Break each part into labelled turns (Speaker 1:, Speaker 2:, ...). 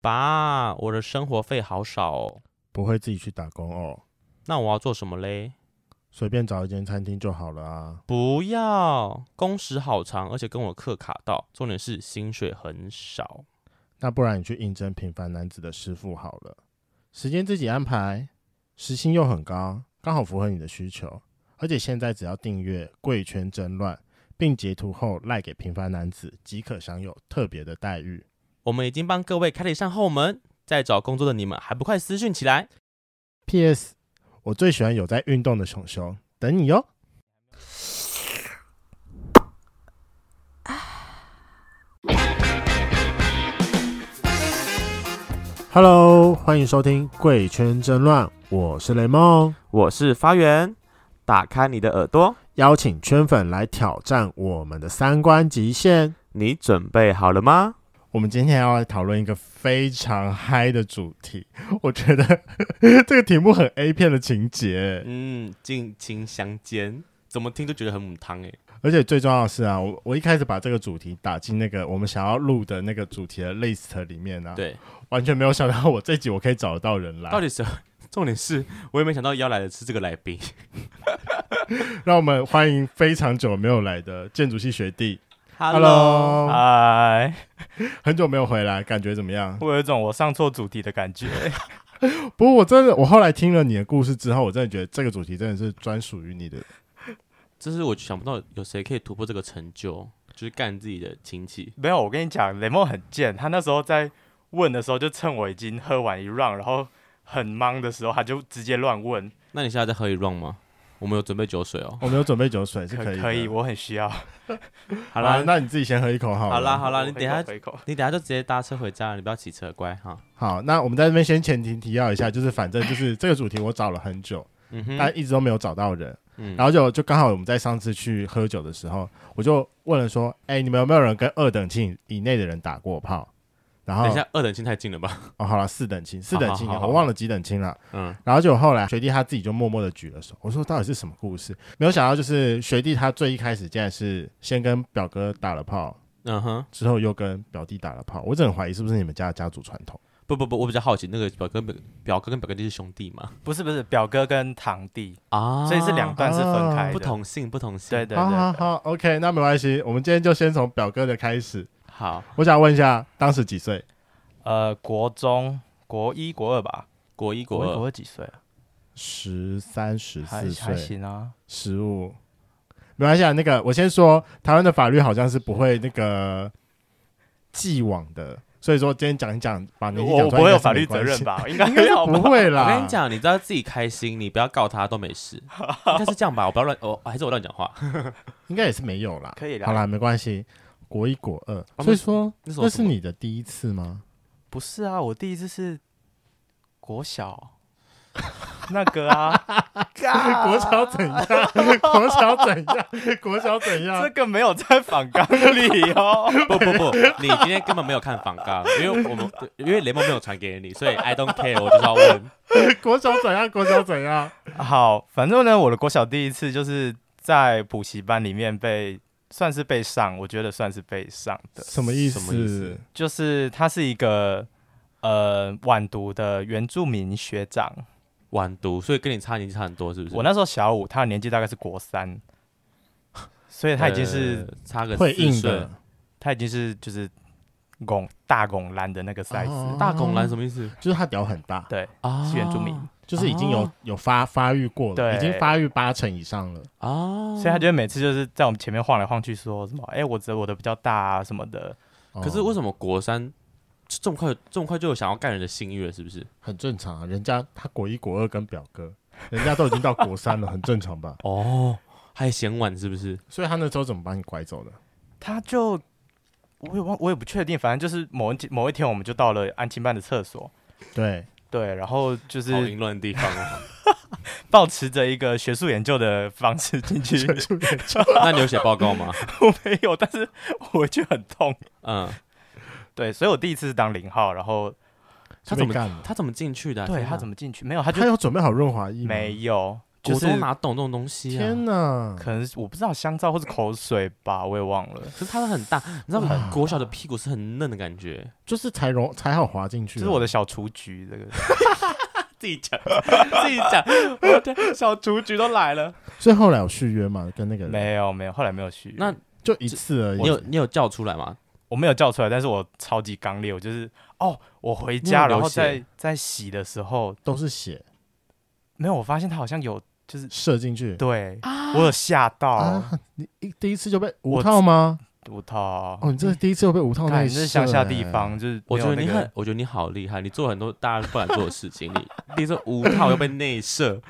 Speaker 1: 爸，我的生活费好少、哦，
Speaker 2: 不会自己去打工哦，
Speaker 1: 那我要做什么嘞？
Speaker 2: 随便找一间餐厅就好了啊。
Speaker 1: 不要，工时好长，而且跟我课卡到，重点是薪水很少。
Speaker 2: 那不然你去应征平凡男子的师傅好了，时间自己安排，时薪又很高，刚好符合你的需求。而且现在只要订阅“贵圈争乱”，并截图后赖给平凡男子，即可享有特别的待遇。
Speaker 1: 我们已经帮各位开了一扇后门，在找工作的你们还不快私讯起来？
Speaker 2: P.S. 我最喜欢有在运动的熊熊，等你哦哟。Hello，欢迎收听《贵圈争乱》，我是雷梦，
Speaker 1: 我是发源，打开你的耳朵，
Speaker 2: 邀请圈粉来挑战我们的三观极限。
Speaker 1: 你准备好了吗？
Speaker 2: 我们今天要来讨论一个非常嗨的主题，我觉得 这个题目很 A 片的情节，
Speaker 1: 嗯，近亲相间，怎么听都觉得很母汤哎、
Speaker 2: 而且最重要的是啊，我我一开始把这个主题打进那个我们想要录的那个主题的 list 里面啊，
Speaker 1: 对，
Speaker 2: 完全没有想到我这集我可以找得到人
Speaker 1: 到
Speaker 2: 来，
Speaker 1: 底是重点是，我也没想到邀来的是这个来宾。
Speaker 2: 让我们欢迎非常久没有来的建筑系学弟，Hello
Speaker 3: Hello，嗨，啊
Speaker 2: 很久没有回来，感觉怎么样？
Speaker 3: 我有一种我上错主题的感觉。
Speaker 2: 不过我真的，我后来听了你的故事之后，我真的觉得这个主题真的是专属于你的。
Speaker 1: 这是我想不到有谁可以突破这个成就，就是干自己的亲戚。
Speaker 3: 没有，我跟你讲，雷梦很贱，他那时候在问的时候，就趁我已经喝完一 round，然后很忙的时候，他就直接乱问。
Speaker 1: 那你现在再喝一 round 吗？我们有准备酒水 哦。
Speaker 2: 我没有准备酒水是
Speaker 3: 可
Speaker 2: 可以的，
Speaker 3: 可以，我很需要。
Speaker 1: 好
Speaker 2: 啦
Speaker 1: 啦，，
Speaker 2: 那你自己先喝一口好了。
Speaker 1: 好啦，啊好啦，
Speaker 3: 我
Speaker 1: 你
Speaker 3: 回
Speaker 1: 等一下
Speaker 3: 口，回口。
Speaker 1: 你等一下就直接搭车回家，你不要骑车，乖哈。
Speaker 2: 好，那我们在这边先前提提要一下，就是反正就是这个主题我找了很久，
Speaker 1: 嗯哼，
Speaker 2: 但一直都没有找到人，
Speaker 1: 嗯
Speaker 2: 然后就就刚好我们在上次去喝酒的时候，我就问了说，哎、你们有没有人跟二等亲以内的人打过炮？然后
Speaker 1: 等一下，二等亲太近了吧？
Speaker 2: 哦，好了，四等亲，四等亲，
Speaker 1: 好好好
Speaker 2: 我忘了几等亲了。
Speaker 1: 嗯，
Speaker 2: 然后就后来学弟他自己就默默的举了手，我说到底是什么故事？没有想到就是学弟他最一开始竟然是先跟表哥打了炮，
Speaker 1: 嗯哼，
Speaker 2: 之后又跟表弟打了炮，我真的很怀疑是不是你们家的家族传统。
Speaker 1: 不不不，我比较好奇，那个表哥表哥跟表哥弟是兄弟嘛？
Speaker 3: 不是不是，表哥跟堂弟，
Speaker 1: 啊
Speaker 3: 所以是两段是分开的。
Speaker 2: 啊
Speaker 1: 不。同姓，不同姓。
Speaker 3: 对对
Speaker 2: 好好
Speaker 3: 对对，
Speaker 2: 好，OK，那没关系，我们今天就先从表哥的开始。
Speaker 1: 好，
Speaker 2: 我想问一下，当时几岁？
Speaker 3: 呃，国中国一国二吧，
Speaker 1: 国一
Speaker 3: 国一
Speaker 1: 国
Speaker 3: 国
Speaker 1: 二，
Speaker 3: 二几岁啊？
Speaker 2: 十三、十
Speaker 3: 还
Speaker 2: 四
Speaker 3: 还
Speaker 2: 岁，
Speaker 3: 行啊。
Speaker 2: 十五。没关系啊，那个我先说，台湾的法律好像是不会那个既往的，所以说今天讲一讲，把年纪
Speaker 3: 我
Speaker 2: 讲
Speaker 3: 我
Speaker 2: 出
Speaker 3: 不
Speaker 2: 来应该
Speaker 3: 会有
Speaker 2: 是
Speaker 3: 法
Speaker 2: 没
Speaker 3: 律责
Speaker 2: 关
Speaker 3: 任
Speaker 2: 系？
Speaker 3: 吧？应该
Speaker 2: 应该是
Speaker 3: 没有吧
Speaker 2: 不会
Speaker 1: 我
Speaker 2: 啦。
Speaker 1: 跟你，讲，你知道自己开心，你不要告他都没事，应该是这样吧？我不要乱，我还是我乱讲话。
Speaker 2: 应该也是没有啦。
Speaker 3: 可以啦啊
Speaker 2: 好啦，没关系。国一、国二，
Speaker 1: 们
Speaker 2: 所以说
Speaker 1: 那时候
Speaker 2: 那
Speaker 1: 什
Speaker 2: 是
Speaker 1: 么
Speaker 2: 你的第一次吗？
Speaker 3: 不是啊，我第一次是国小 那个啊，
Speaker 2: 国小怎样？国小怎样？ 国小怎样
Speaker 3: 这？个没有在反纲里哦。
Speaker 1: 不不不，你今天根本没有看反纲，因为我们因为雷蒙没有传给你，所以 I don't care，我就是嗯要问。
Speaker 2: 国小怎样？国小怎样？
Speaker 3: 好，反正呢，我的国小第一次就是在补习班里面被算是被上，我觉得算是被上的，
Speaker 2: 什么意思？
Speaker 1: 什么意思
Speaker 3: 就是他是一个呃晚读的原住民学长，
Speaker 1: 晚读，所以跟你差年纪差很多，是不是？
Speaker 3: 我那时候小五，他的年纪大概是国三，所以他已经是、
Speaker 1: 呃差个
Speaker 2: 会
Speaker 1: 四
Speaker 2: 硬
Speaker 1: 岁
Speaker 2: 的。
Speaker 3: 他已经是就是拱大拱蓝的那个 size，、
Speaker 2: 哦
Speaker 1: 大拱蓝什么意思
Speaker 2: 就是他屌很大，
Speaker 3: 对，
Speaker 1: 啊？
Speaker 3: 是原住民。
Speaker 2: 就是已经有、
Speaker 1: 哦
Speaker 2: 有发发育过了，
Speaker 3: 对
Speaker 2: 已经发育八成以上了。
Speaker 1: 啊，
Speaker 3: 所以他就会每次就是在我们前面晃来晃去，说什么“哎、我的我的比较大啊”什么的。
Speaker 2: 哦
Speaker 1: 可是为什么国三这么快这么快就有想要干人的性欲了？是不是？
Speaker 2: 很正常啊，人家他国一、国二跟表哥，人家都已经到国 三了，很正常吧？
Speaker 1: 哦，还嫌晚是不是？
Speaker 2: 所以他那时候怎么把你拐走的？
Speaker 3: 他就我也忘我也不确定，反正就是某一天某一天我们就到了安亲班的厕所，
Speaker 2: 对，
Speaker 3: 对，然后就
Speaker 1: 好
Speaker 3: 是
Speaker 1: 淫乱的地方哦。
Speaker 3: 保持着一个学术研究的方式进去。
Speaker 1: 那你有写报告吗？
Speaker 3: 我 没有，但是我就很痛。
Speaker 1: 嗯，
Speaker 3: 对，所以我第一次是当零号，然后
Speaker 1: 他怎么
Speaker 2: 被干了？
Speaker 1: 他怎么进去的啊？
Speaker 3: 对他怎
Speaker 1: 么？
Speaker 3: 么进去？没有，他
Speaker 2: 他
Speaker 3: 就
Speaker 2: 有准备好润滑液吗？
Speaker 3: 没有，就
Speaker 1: 国
Speaker 3: 是
Speaker 1: 中哪懂这种东西啊？
Speaker 2: 天哪！
Speaker 3: 可能是我不知道香皂或是口水吧，我也忘了。
Speaker 1: 可是它很大，你知道吗？国小的屁股是很嫩的感觉，
Speaker 2: 就是才容才好滑进去啊。
Speaker 3: 这是我
Speaker 1: 哦
Speaker 3: 的小雏菊，这个
Speaker 1: 自己 讲，自己讲，我的 小雏菊都来了。
Speaker 2: 所以后来有续约嘛，跟那个人
Speaker 3: 没有没有，后来没有续约。
Speaker 1: 那
Speaker 2: 就一次而已。
Speaker 1: 你有你有叫出来吗？
Speaker 3: 我没有叫出来，但是我超级刚烈，我就是哦，我回
Speaker 1: 你
Speaker 3: 家
Speaker 1: 有流
Speaker 3: 然后
Speaker 1: 血
Speaker 3: 在在洗的时候，
Speaker 2: 都是血
Speaker 3: 没有，我发现它好像有就是
Speaker 2: 射进去
Speaker 3: 对、
Speaker 1: 啊
Speaker 3: 我有吓到
Speaker 2: 啊！你一第一次就被无
Speaker 3: 我
Speaker 2: 套吗？
Speaker 3: 我套。
Speaker 2: 哦，你这第一次就被无套
Speaker 3: 看
Speaker 2: 内
Speaker 3: 你
Speaker 2: 射、
Speaker 3: 这
Speaker 2: 欸，
Speaker 3: 是乡下地方，就是
Speaker 1: 我
Speaker 3: 没
Speaker 1: 觉
Speaker 3: 有
Speaker 1: 得你
Speaker 3: 那个
Speaker 1: 很，我觉得你好厉害，你做很多大家不敢做的事情。你 比如说无套又被内射，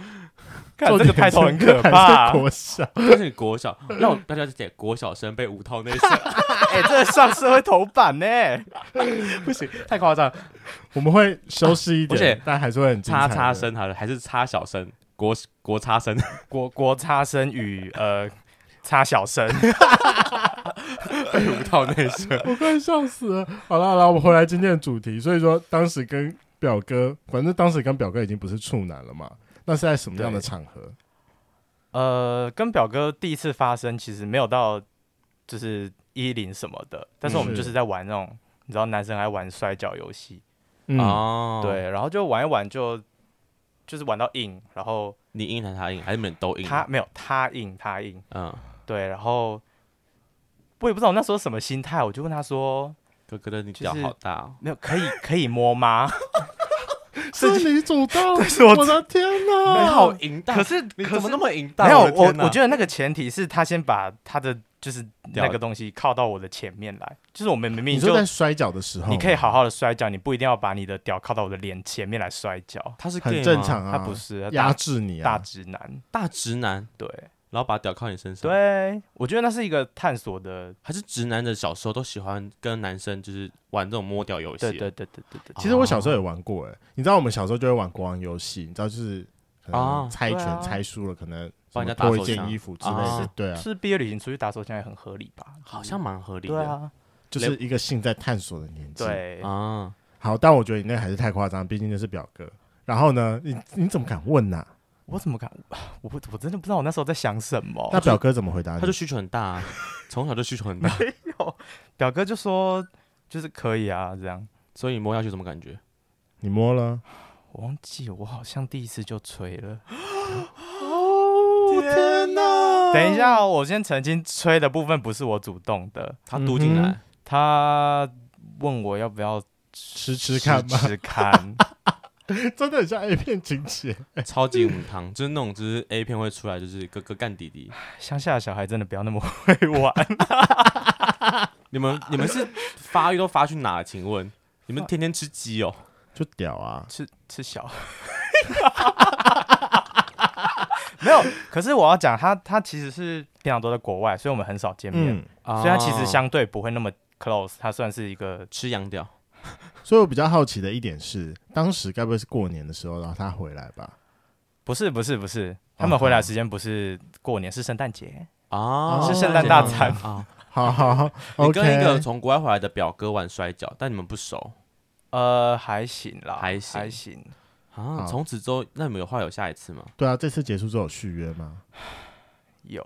Speaker 3: 看这个开头很可怕啊
Speaker 2: 还是。国小
Speaker 1: 但是你国小，让我大家解国小生被无 套内射，
Speaker 3: 哎，这上社会头 版呢，
Speaker 1: 不行，太夸张了。
Speaker 2: 我们会修饰一
Speaker 1: 而且
Speaker 2: 点，但还是会很精彩
Speaker 1: 叉
Speaker 2: 的
Speaker 1: 叉。生好了，还是叉小生，国国叉生，
Speaker 3: 国国差生与呃差小生，
Speaker 1: 被无套内 射。
Speaker 2: 我快笑死了！好了好了，我们回来今天的主题。所以说，当时跟表哥，反正当时跟表哥已经不是处男了嘛，那是在什么样的
Speaker 3: 对
Speaker 2: 场合？
Speaker 3: 呃，跟表哥第一次发生，其实没有到就是一零什么的，但是我们
Speaker 2: 嗯
Speaker 3: 就是在玩那种，你知道男生爱玩摔跤游戏，
Speaker 2: 嗯，
Speaker 1: 哦，，
Speaker 3: 对，然后就玩一玩就就是玩到硬，然后
Speaker 1: 你硬还是他硬，还是你们都硬？啊
Speaker 3: 他没有他硬他硬，
Speaker 1: 嗯，
Speaker 3: 对，然后我也不知道我那时候什么心态，我就问他说，
Speaker 1: 哥哥的你脚
Speaker 3: 就是
Speaker 1: 好大哦。
Speaker 3: 没有可以可以摸吗？
Speaker 2: 是你主动，
Speaker 3: 是我
Speaker 2: 我的天哪！
Speaker 1: 你好淫荡，
Speaker 3: 可是
Speaker 1: 你怎
Speaker 3: 可
Speaker 1: 么
Speaker 3: 是
Speaker 1: 那么淫荡？啊
Speaker 3: 没有，我
Speaker 1: 我
Speaker 3: 我觉得那个前提是他先把他的就是那个东西靠到我的前面来，就是我们明
Speaker 2: 你
Speaker 3: 明
Speaker 2: 说
Speaker 3: 就
Speaker 2: 在摔跤的时候，
Speaker 3: 你可以好好的摔跤，你不一定要把你的屌靠到我的脸前面来摔跤。
Speaker 1: 他是 gay
Speaker 2: 很
Speaker 1: 吗
Speaker 2: 正，常啊，
Speaker 3: 他不是他
Speaker 2: 压
Speaker 3: 大
Speaker 2: 制你
Speaker 3: 大
Speaker 2: 啊，
Speaker 3: 直男，
Speaker 1: 大直男，
Speaker 3: 对
Speaker 1: 然后把屌靠你身上。，
Speaker 3: 对，我觉得那是一个探索的，
Speaker 1: 还是直男的小时候都喜欢跟男生就是玩这种摸屌游戏。啊
Speaker 3: 对对对对对对，
Speaker 2: 其实我小时候也玩过哎、你知道我们小时候就会玩国王游戏，你知道就是可
Speaker 1: 哦
Speaker 2: 能猜
Speaker 3: 对啊
Speaker 2: 拳猜输了，可能
Speaker 1: 帮人家
Speaker 2: 什么
Speaker 1: 打
Speaker 2: 多
Speaker 1: 手
Speaker 2: 一件
Speaker 1: 枪
Speaker 2: 衣服之类的
Speaker 1: 哦，
Speaker 2: 对啊，
Speaker 3: 是毕业旅行出去打手枪也很合理吧？
Speaker 1: 好像蛮合理的。
Speaker 3: 对啊，
Speaker 2: 就是一个性在探索的年纪。
Speaker 3: 对，
Speaker 1: 啊，
Speaker 2: 好，但我觉得你那个还是太夸张，毕竟那是表哥。然后呢，你你怎么敢问呐、
Speaker 3: 我怎么敢？ 我不我真的不知道我那时候在想什么。
Speaker 2: 那表哥怎么回答你？
Speaker 1: 哦他就需求很大啊，从小就需求很大，
Speaker 3: 表哥就说就是可以啊，这样。
Speaker 1: 所以你摸下去什么感觉？
Speaker 2: 你摸了，
Speaker 3: 我忘记我好像第一次就吹了。
Speaker 1: 哦天哪！
Speaker 3: 等一，下哦、我先澄清，吹的部分不是我主动的，
Speaker 1: 他嘟进
Speaker 2: 嗯
Speaker 1: 来，
Speaker 3: 他问我要不要
Speaker 2: 吃吃看吗？
Speaker 3: 吃吃 看，
Speaker 2: 真的很像 A 片 情节。
Speaker 1: 超级母汤，就是那种就是 A 片会出来，就是哥哥干弟弟。
Speaker 3: 乡下的小孩真的不要那么会玩。
Speaker 1: 你们你们是发育都发去哪？请问你们天天吃鸡哦？
Speaker 2: 就屌啊！
Speaker 3: 吃吃小。 没有，可是我要讲他，他其实是平常都在国外，所以我们很少见面，
Speaker 2: 嗯，
Speaker 1: 所
Speaker 3: 所以他其实相对不会那么 close，他算是一个
Speaker 1: 哦吃羊屌。
Speaker 2: 所以我比较好奇的一点是，当时该不会是过年的时候，然后他回来吧？
Speaker 3: 不是不是不是，他们回来的时间不是过年，是圣诞节，
Speaker 1: 啊，
Speaker 2: 是圣
Speaker 3: 哦诞大
Speaker 2: 餐
Speaker 1: 啊！
Speaker 2: 好 好好
Speaker 1: 你跟一个
Speaker 2: ，OK。
Speaker 1: 从国外回来的表哥玩摔跤，但你们不熟
Speaker 3: 呃，还行啦，
Speaker 1: 还行
Speaker 3: 还行，
Speaker 1: 啊。
Speaker 2: 好
Speaker 1: 从此之后，那你们有话有下一次吗？
Speaker 2: 对啊，这次结束之后有续约吗？
Speaker 3: 有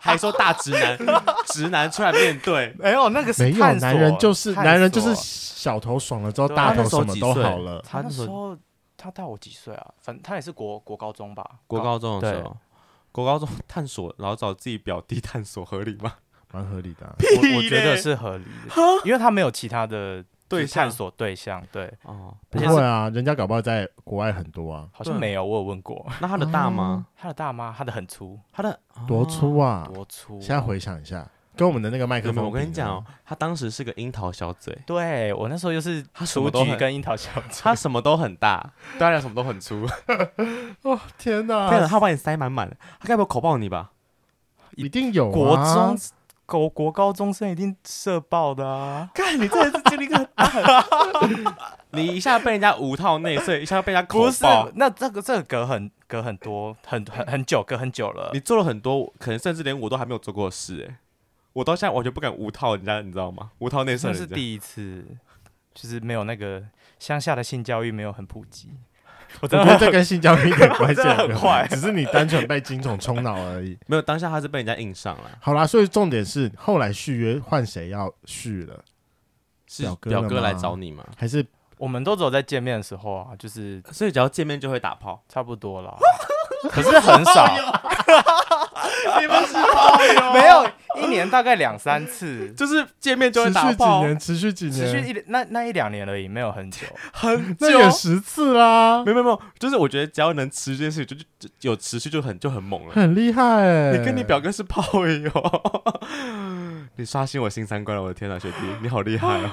Speaker 1: 还说大直 男，直男出来面对，
Speaker 3: 没有那个是
Speaker 2: 没有
Speaker 3: 探，索
Speaker 2: 男人就是
Speaker 3: 探
Speaker 2: 男人就是
Speaker 3: 索
Speaker 2: 小头爽了之后，
Speaker 3: 对啊
Speaker 2: 大
Speaker 1: 他
Speaker 2: 头
Speaker 1: 那时候
Speaker 2: 什么
Speaker 1: 几
Speaker 2: 都
Speaker 1: 岁
Speaker 2: 好了。
Speaker 1: 他
Speaker 3: 他
Speaker 1: 那
Speaker 3: 那
Speaker 1: 时
Speaker 3: 时
Speaker 1: 候
Speaker 3: 候他大我几岁啊？反正他也是国国高中吧，
Speaker 1: 国高中的时
Speaker 3: 对
Speaker 1: 候，国高中探索，然后找自己表弟探索，合理吗？
Speaker 2: 蛮合理的啊、
Speaker 3: 我我觉得是合理的，因为他没有其他的
Speaker 1: 对
Speaker 3: 就是探
Speaker 1: 象
Speaker 3: 索对象，对，
Speaker 1: 哦，
Speaker 2: 不
Speaker 1: 而且
Speaker 2: 会
Speaker 1: 是
Speaker 2: 啊，人家搞不好在国外很多啊，
Speaker 3: 好像
Speaker 1: 对
Speaker 3: 没有，我有问过
Speaker 1: 那他的大吗？
Speaker 3: 他的大妈，他的很粗，
Speaker 1: 他的哦
Speaker 2: 多粗啊！
Speaker 3: 多粗啊？
Speaker 2: 现在回想一下，跟我们的那个麦克
Speaker 1: 你们
Speaker 2: 风，
Speaker 1: 我跟你讲哦，，他当时是个樱桃小嘴，
Speaker 3: 对我那时候 就是
Speaker 1: 他什
Speaker 3: 雏
Speaker 1: 么都
Speaker 3: 菊
Speaker 1: 很，
Speaker 3: 跟樱桃小 嘴，
Speaker 1: 他什么都很大，当然什么都很 粗，
Speaker 2: 天
Speaker 1: 对了，
Speaker 2: 哪，
Speaker 1: 他把你塞满满的，他该不会口爆你吧？
Speaker 2: 一定有啊
Speaker 3: 国中。国国高中生一定社爆的啊！
Speaker 1: 看你真的是经 历个，你一下被人家五套内射，一下被人家口
Speaker 3: 不是
Speaker 1: 爆，，
Speaker 3: 那这个这个隔很隔很多，很很很久，隔很久了
Speaker 1: 你。做了很多，可能甚至连我都还没有做过的事、哎，我到现在完全不敢无套人家，你知道吗？无套内射
Speaker 3: 算
Speaker 1: 人
Speaker 3: 是
Speaker 1: 家，
Speaker 3: 第一次，就是没有那个乡下的性教育没有很普及。我
Speaker 2: 我
Speaker 3: 真
Speaker 2: 觉
Speaker 3: 的
Speaker 2: 得这跟性教育一点关系也
Speaker 3: 真
Speaker 2: 没
Speaker 3: 的
Speaker 2: 有
Speaker 3: 很快，
Speaker 2: 只是你单纯被精虫冲脑而已。
Speaker 1: 没有当下他是被人家硬上了，
Speaker 2: 好啦，所以重点是后来续约换谁要续了，
Speaker 1: 是
Speaker 2: 表哥了
Speaker 1: 表哥来
Speaker 2: 吗
Speaker 1: 找你嘛，
Speaker 2: 还是
Speaker 3: 我们都只有在见面的时候啊，就是
Speaker 1: 所以只要见面就会打炮。
Speaker 3: 差不多啦。可是很少，
Speaker 1: 你们是炮友，
Speaker 3: 没有一年大概两三次
Speaker 1: 就是见面就
Speaker 2: 持
Speaker 1: 会打
Speaker 2: 续几
Speaker 1: 炮，
Speaker 2: 年？持续几
Speaker 3: 持续
Speaker 2: 年？
Speaker 3: 一那那一两年而已，没有很久。
Speaker 1: 很久。
Speaker 2: 那也十次啦，
Speaker 1: 没有没有没有，就是我觉得只要能持这件事，就就就有持续就很就很猛 了。
Speaker 2: 很厉害哎、
Speaker 1: 你跟你表哥是炮友， 你刷新我新三观了，我的天哪，啊学弟，你好厉害 哦！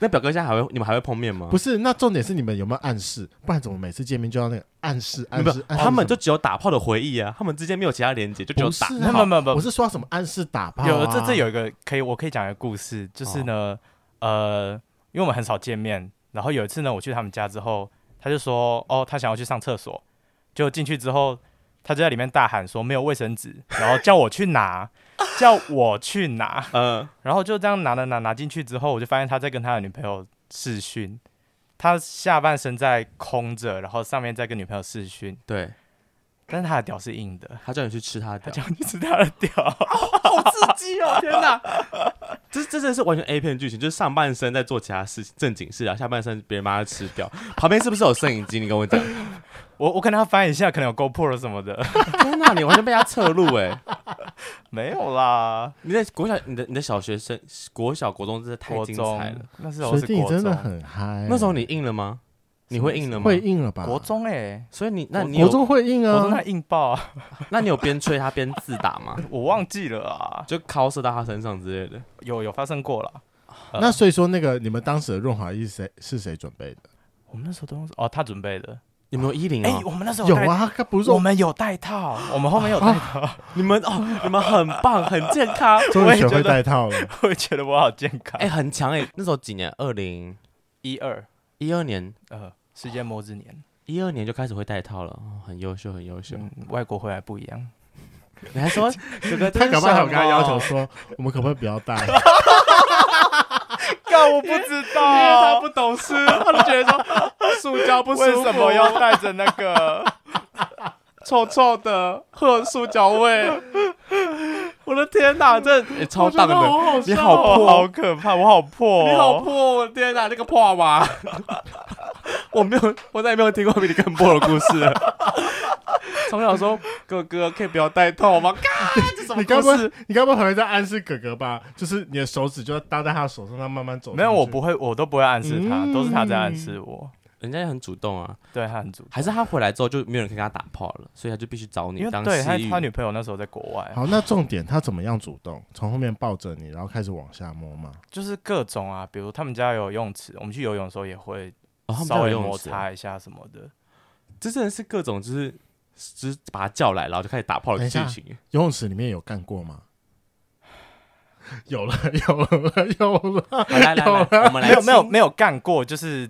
Speaker 1: 那表哥现在还会，你们还会碰面吗？
Speaker 2: 不是，那重点是你们有没有暗示？不然怎么每次见面就要那个暗示暗
Speaker 1: 没有
Speaker 2: 示？暗示
Speaker 1: 他们
Speaker 2: 什
Speaker 1: 就只有打炮的回忆啊，他们之间没有其他连接，就只有
Speaker 2: 么不
Speaker 1: 打。
Speaker 2: 是
Speaker 3: 没有没有没
Speaker 2: 啊，
Speaker 3: 有
Speaker 2: 我是说什么暗示打炮、啊？
Speaker 3: 有这这有一个可以，我可以讲一个故事，就是呢，呃，因为我们很少见面，然后有一次呢，我去他们家之后，他就说，哦，他想要去上厕所，就进去之后，他就在里面大喊说没有卫生纸，然后叫我去拿，叫我去拿，
Speaker 1: 呃，
Speaker 3: 然后就这样拿了拿拿进去之后，我就发现他在跟他的女朋友视讯，他下半身在空着，然后上面在跟女朋友视讯，
Speaker 1: 对
Speaker 3: 但是他的屌是硬的，
Speaker 1: 他叫你去吃他的
Speaker 3: 他
Speaker 1: 屌，
Speaker 3: 叫你吃他的屌，
Speaker 1: 好刺激哦！天哪， 这这真的是完全 A 片剧情，就是上半身在做其他事情正经事啊，下半身别人把他吃掉。旁边是不是有摄影机？你跟我讲，
Speaker 3: 我我可能要翻一下，可能有 GoPro 什么的，
Speaker 1: 天哪，你完全被他侧录哎、
Speaker 3: 没有啦。
Speaker 1: 你在国小，你的你的小学生、国小、国中真的太
Speaker 3: 国
Speaker 1: 精彩
Speaker 3: 中
Speaker 1: 了。
Speaker 3: 那时候
Speaker 2: 学
Speaker 3: 是
Speaker 2: 弟
Speaker 3: 国
Speaker 2: 真的
Speaker 3: 中，
Speaker 2: 很嗨、
Speaker 1: 那时候你硬了吗？你会硬了吗？
Speaker 2: 会。硬了吧？
Speaker 3: 国中哎、
Speaker 1: 所以你那你
Speaker 2: 国
Speaker 1: 有
Speaker 2: 中会硬
Speaker 3: 国中
Speaker 2: 啊
Speaker 3: 那，硬爆、啊，
Speaker 1: 那你有边吹他边自打吗？
Speaker 3: 我忘记了啊，
Speaker 1: 就敲射到他身上之类的。
Speaker 3: 有有发生过了。呃
Speaker 2: 那所以说那个你们当时的润滑液是谁是谁准备的？
Speaker 3: 我们那时候都用哦，他准备的。
Speaker 1: 有没有衣领
Speaker 3: 哎、
Speaker 1: 啊？
Speaker 3: 我们那时候
Speaker 2: 有
Speaker 3: 带，
Speaker 2: 啊，他不是
Speaker 3: 我们有带套，我们后面有带套。
Speaker 1: 你们哦， 你们很棒，很健 康。
Speaker 2: 终
Speaker 3: 我
Speaker 2: 于
Speaker 3: 也
Speaker 2: 学
Speaker 3: 觉
Speaker 2: 会
Speaker 3: 得
Speaker 2: 戴套了。
Speaker 3: 我也觉得我好健康。
Speaker 1: 哎、很强哎、那时候几年？二零
Speaker 3: 一二，
Speaker 1: 一二年，
Speaker 3: 呃，世界末日年，
Speaker 1: 一二年就开始会戴套了，哦、很优秀，很优秀。
Speaker 3: 嗯，外国回来不一 样。
Speaker 1: 你还 说哥哥，
Speaker 2: 他搞不好还有跟他要
Speaker 3: 哦
Speaker 2: 求
Speaker 1: 因为
Speaker 2: 说，我们可不可以不要 戴？
Speaker 3: 但我不知
Speaker 1: 他，不懂 事，他就觉得说啊塑胶不舒服，啊
Speaker 3: 带着那 个？
Speaker 1: 臭臭的，会有塑胶味。我的天哪，这、欸、超大的
Speaker 2: 我觉得
Speaker 1: 门，
Speaker 2: 好
Speaker 1: 你好
Speaker 3: 哦，
Speaker 1: 破，
Speaker 3: 好可怕，我好破、哦，
Speaker 1: 你好破！我的天哪，那个破娃， 我没有，我再也没有听过比你 更破的故事了。从小说哥哥可以不要戴套吗？嘎，这什么
Speaker 2: 你该不
Speaker 1: 故
Speaker 2: 会
Speaker 1: 事？
Speaker 2: 你该不会还会在暗示哥哥吧？就是你的手指就要搭在他的手上，让他慢慢走上去。
Speaker 3: 没有，我不会，我都不会暗示他，
Speaker 2: 嗯
Speaker 3: 都是他在暗示我。
Speaker 1: 人家也很主动啊，
Speaker 3: 对他很主动，
Speaker 1: 还是他回来之后就没有人可以跟他打炮了，所以他就必须找
Speaker 3: 因
Speaker 1: 你
Speaker 3: 为
Speaker 1: 当
Speaker 3: 对他
Speaker 1: 西域
Speaker 3: 他女朋友那时候在国外，
Speaker 2: 好，那重点他怎么样主动？从后面抱着你，然后开始往下摸吗？
Speaker 3: 就是各种啊，比如他们家有游泳池，我们去游泳的时候也会
Speaker 1: 哦，他们
Speaker 3: 稍
Speaker 1: 家
Speaker 3: 微
Speaker 1: 有游
Speaker 3: 摩
Speaker 1: 泳池，
Speaker 3: 擦一下什么的。
Speaker 1: 这真的是各种就是就是把他叫来，然后就开始打炮
Speaker 2: 等
Speaker 1: 的
Speaker 2: 一
Speaker 1: 剧
Speaker 2: 下
Speaker 1: 情。
Speaker 2: 游泳池里面有干过吗？有了，有了，有了。
Speaker 1: 好来来来，我们来
Speaker 3: 没有没有
Speaker 1: 清，
Speaker 3: 没有干过，就是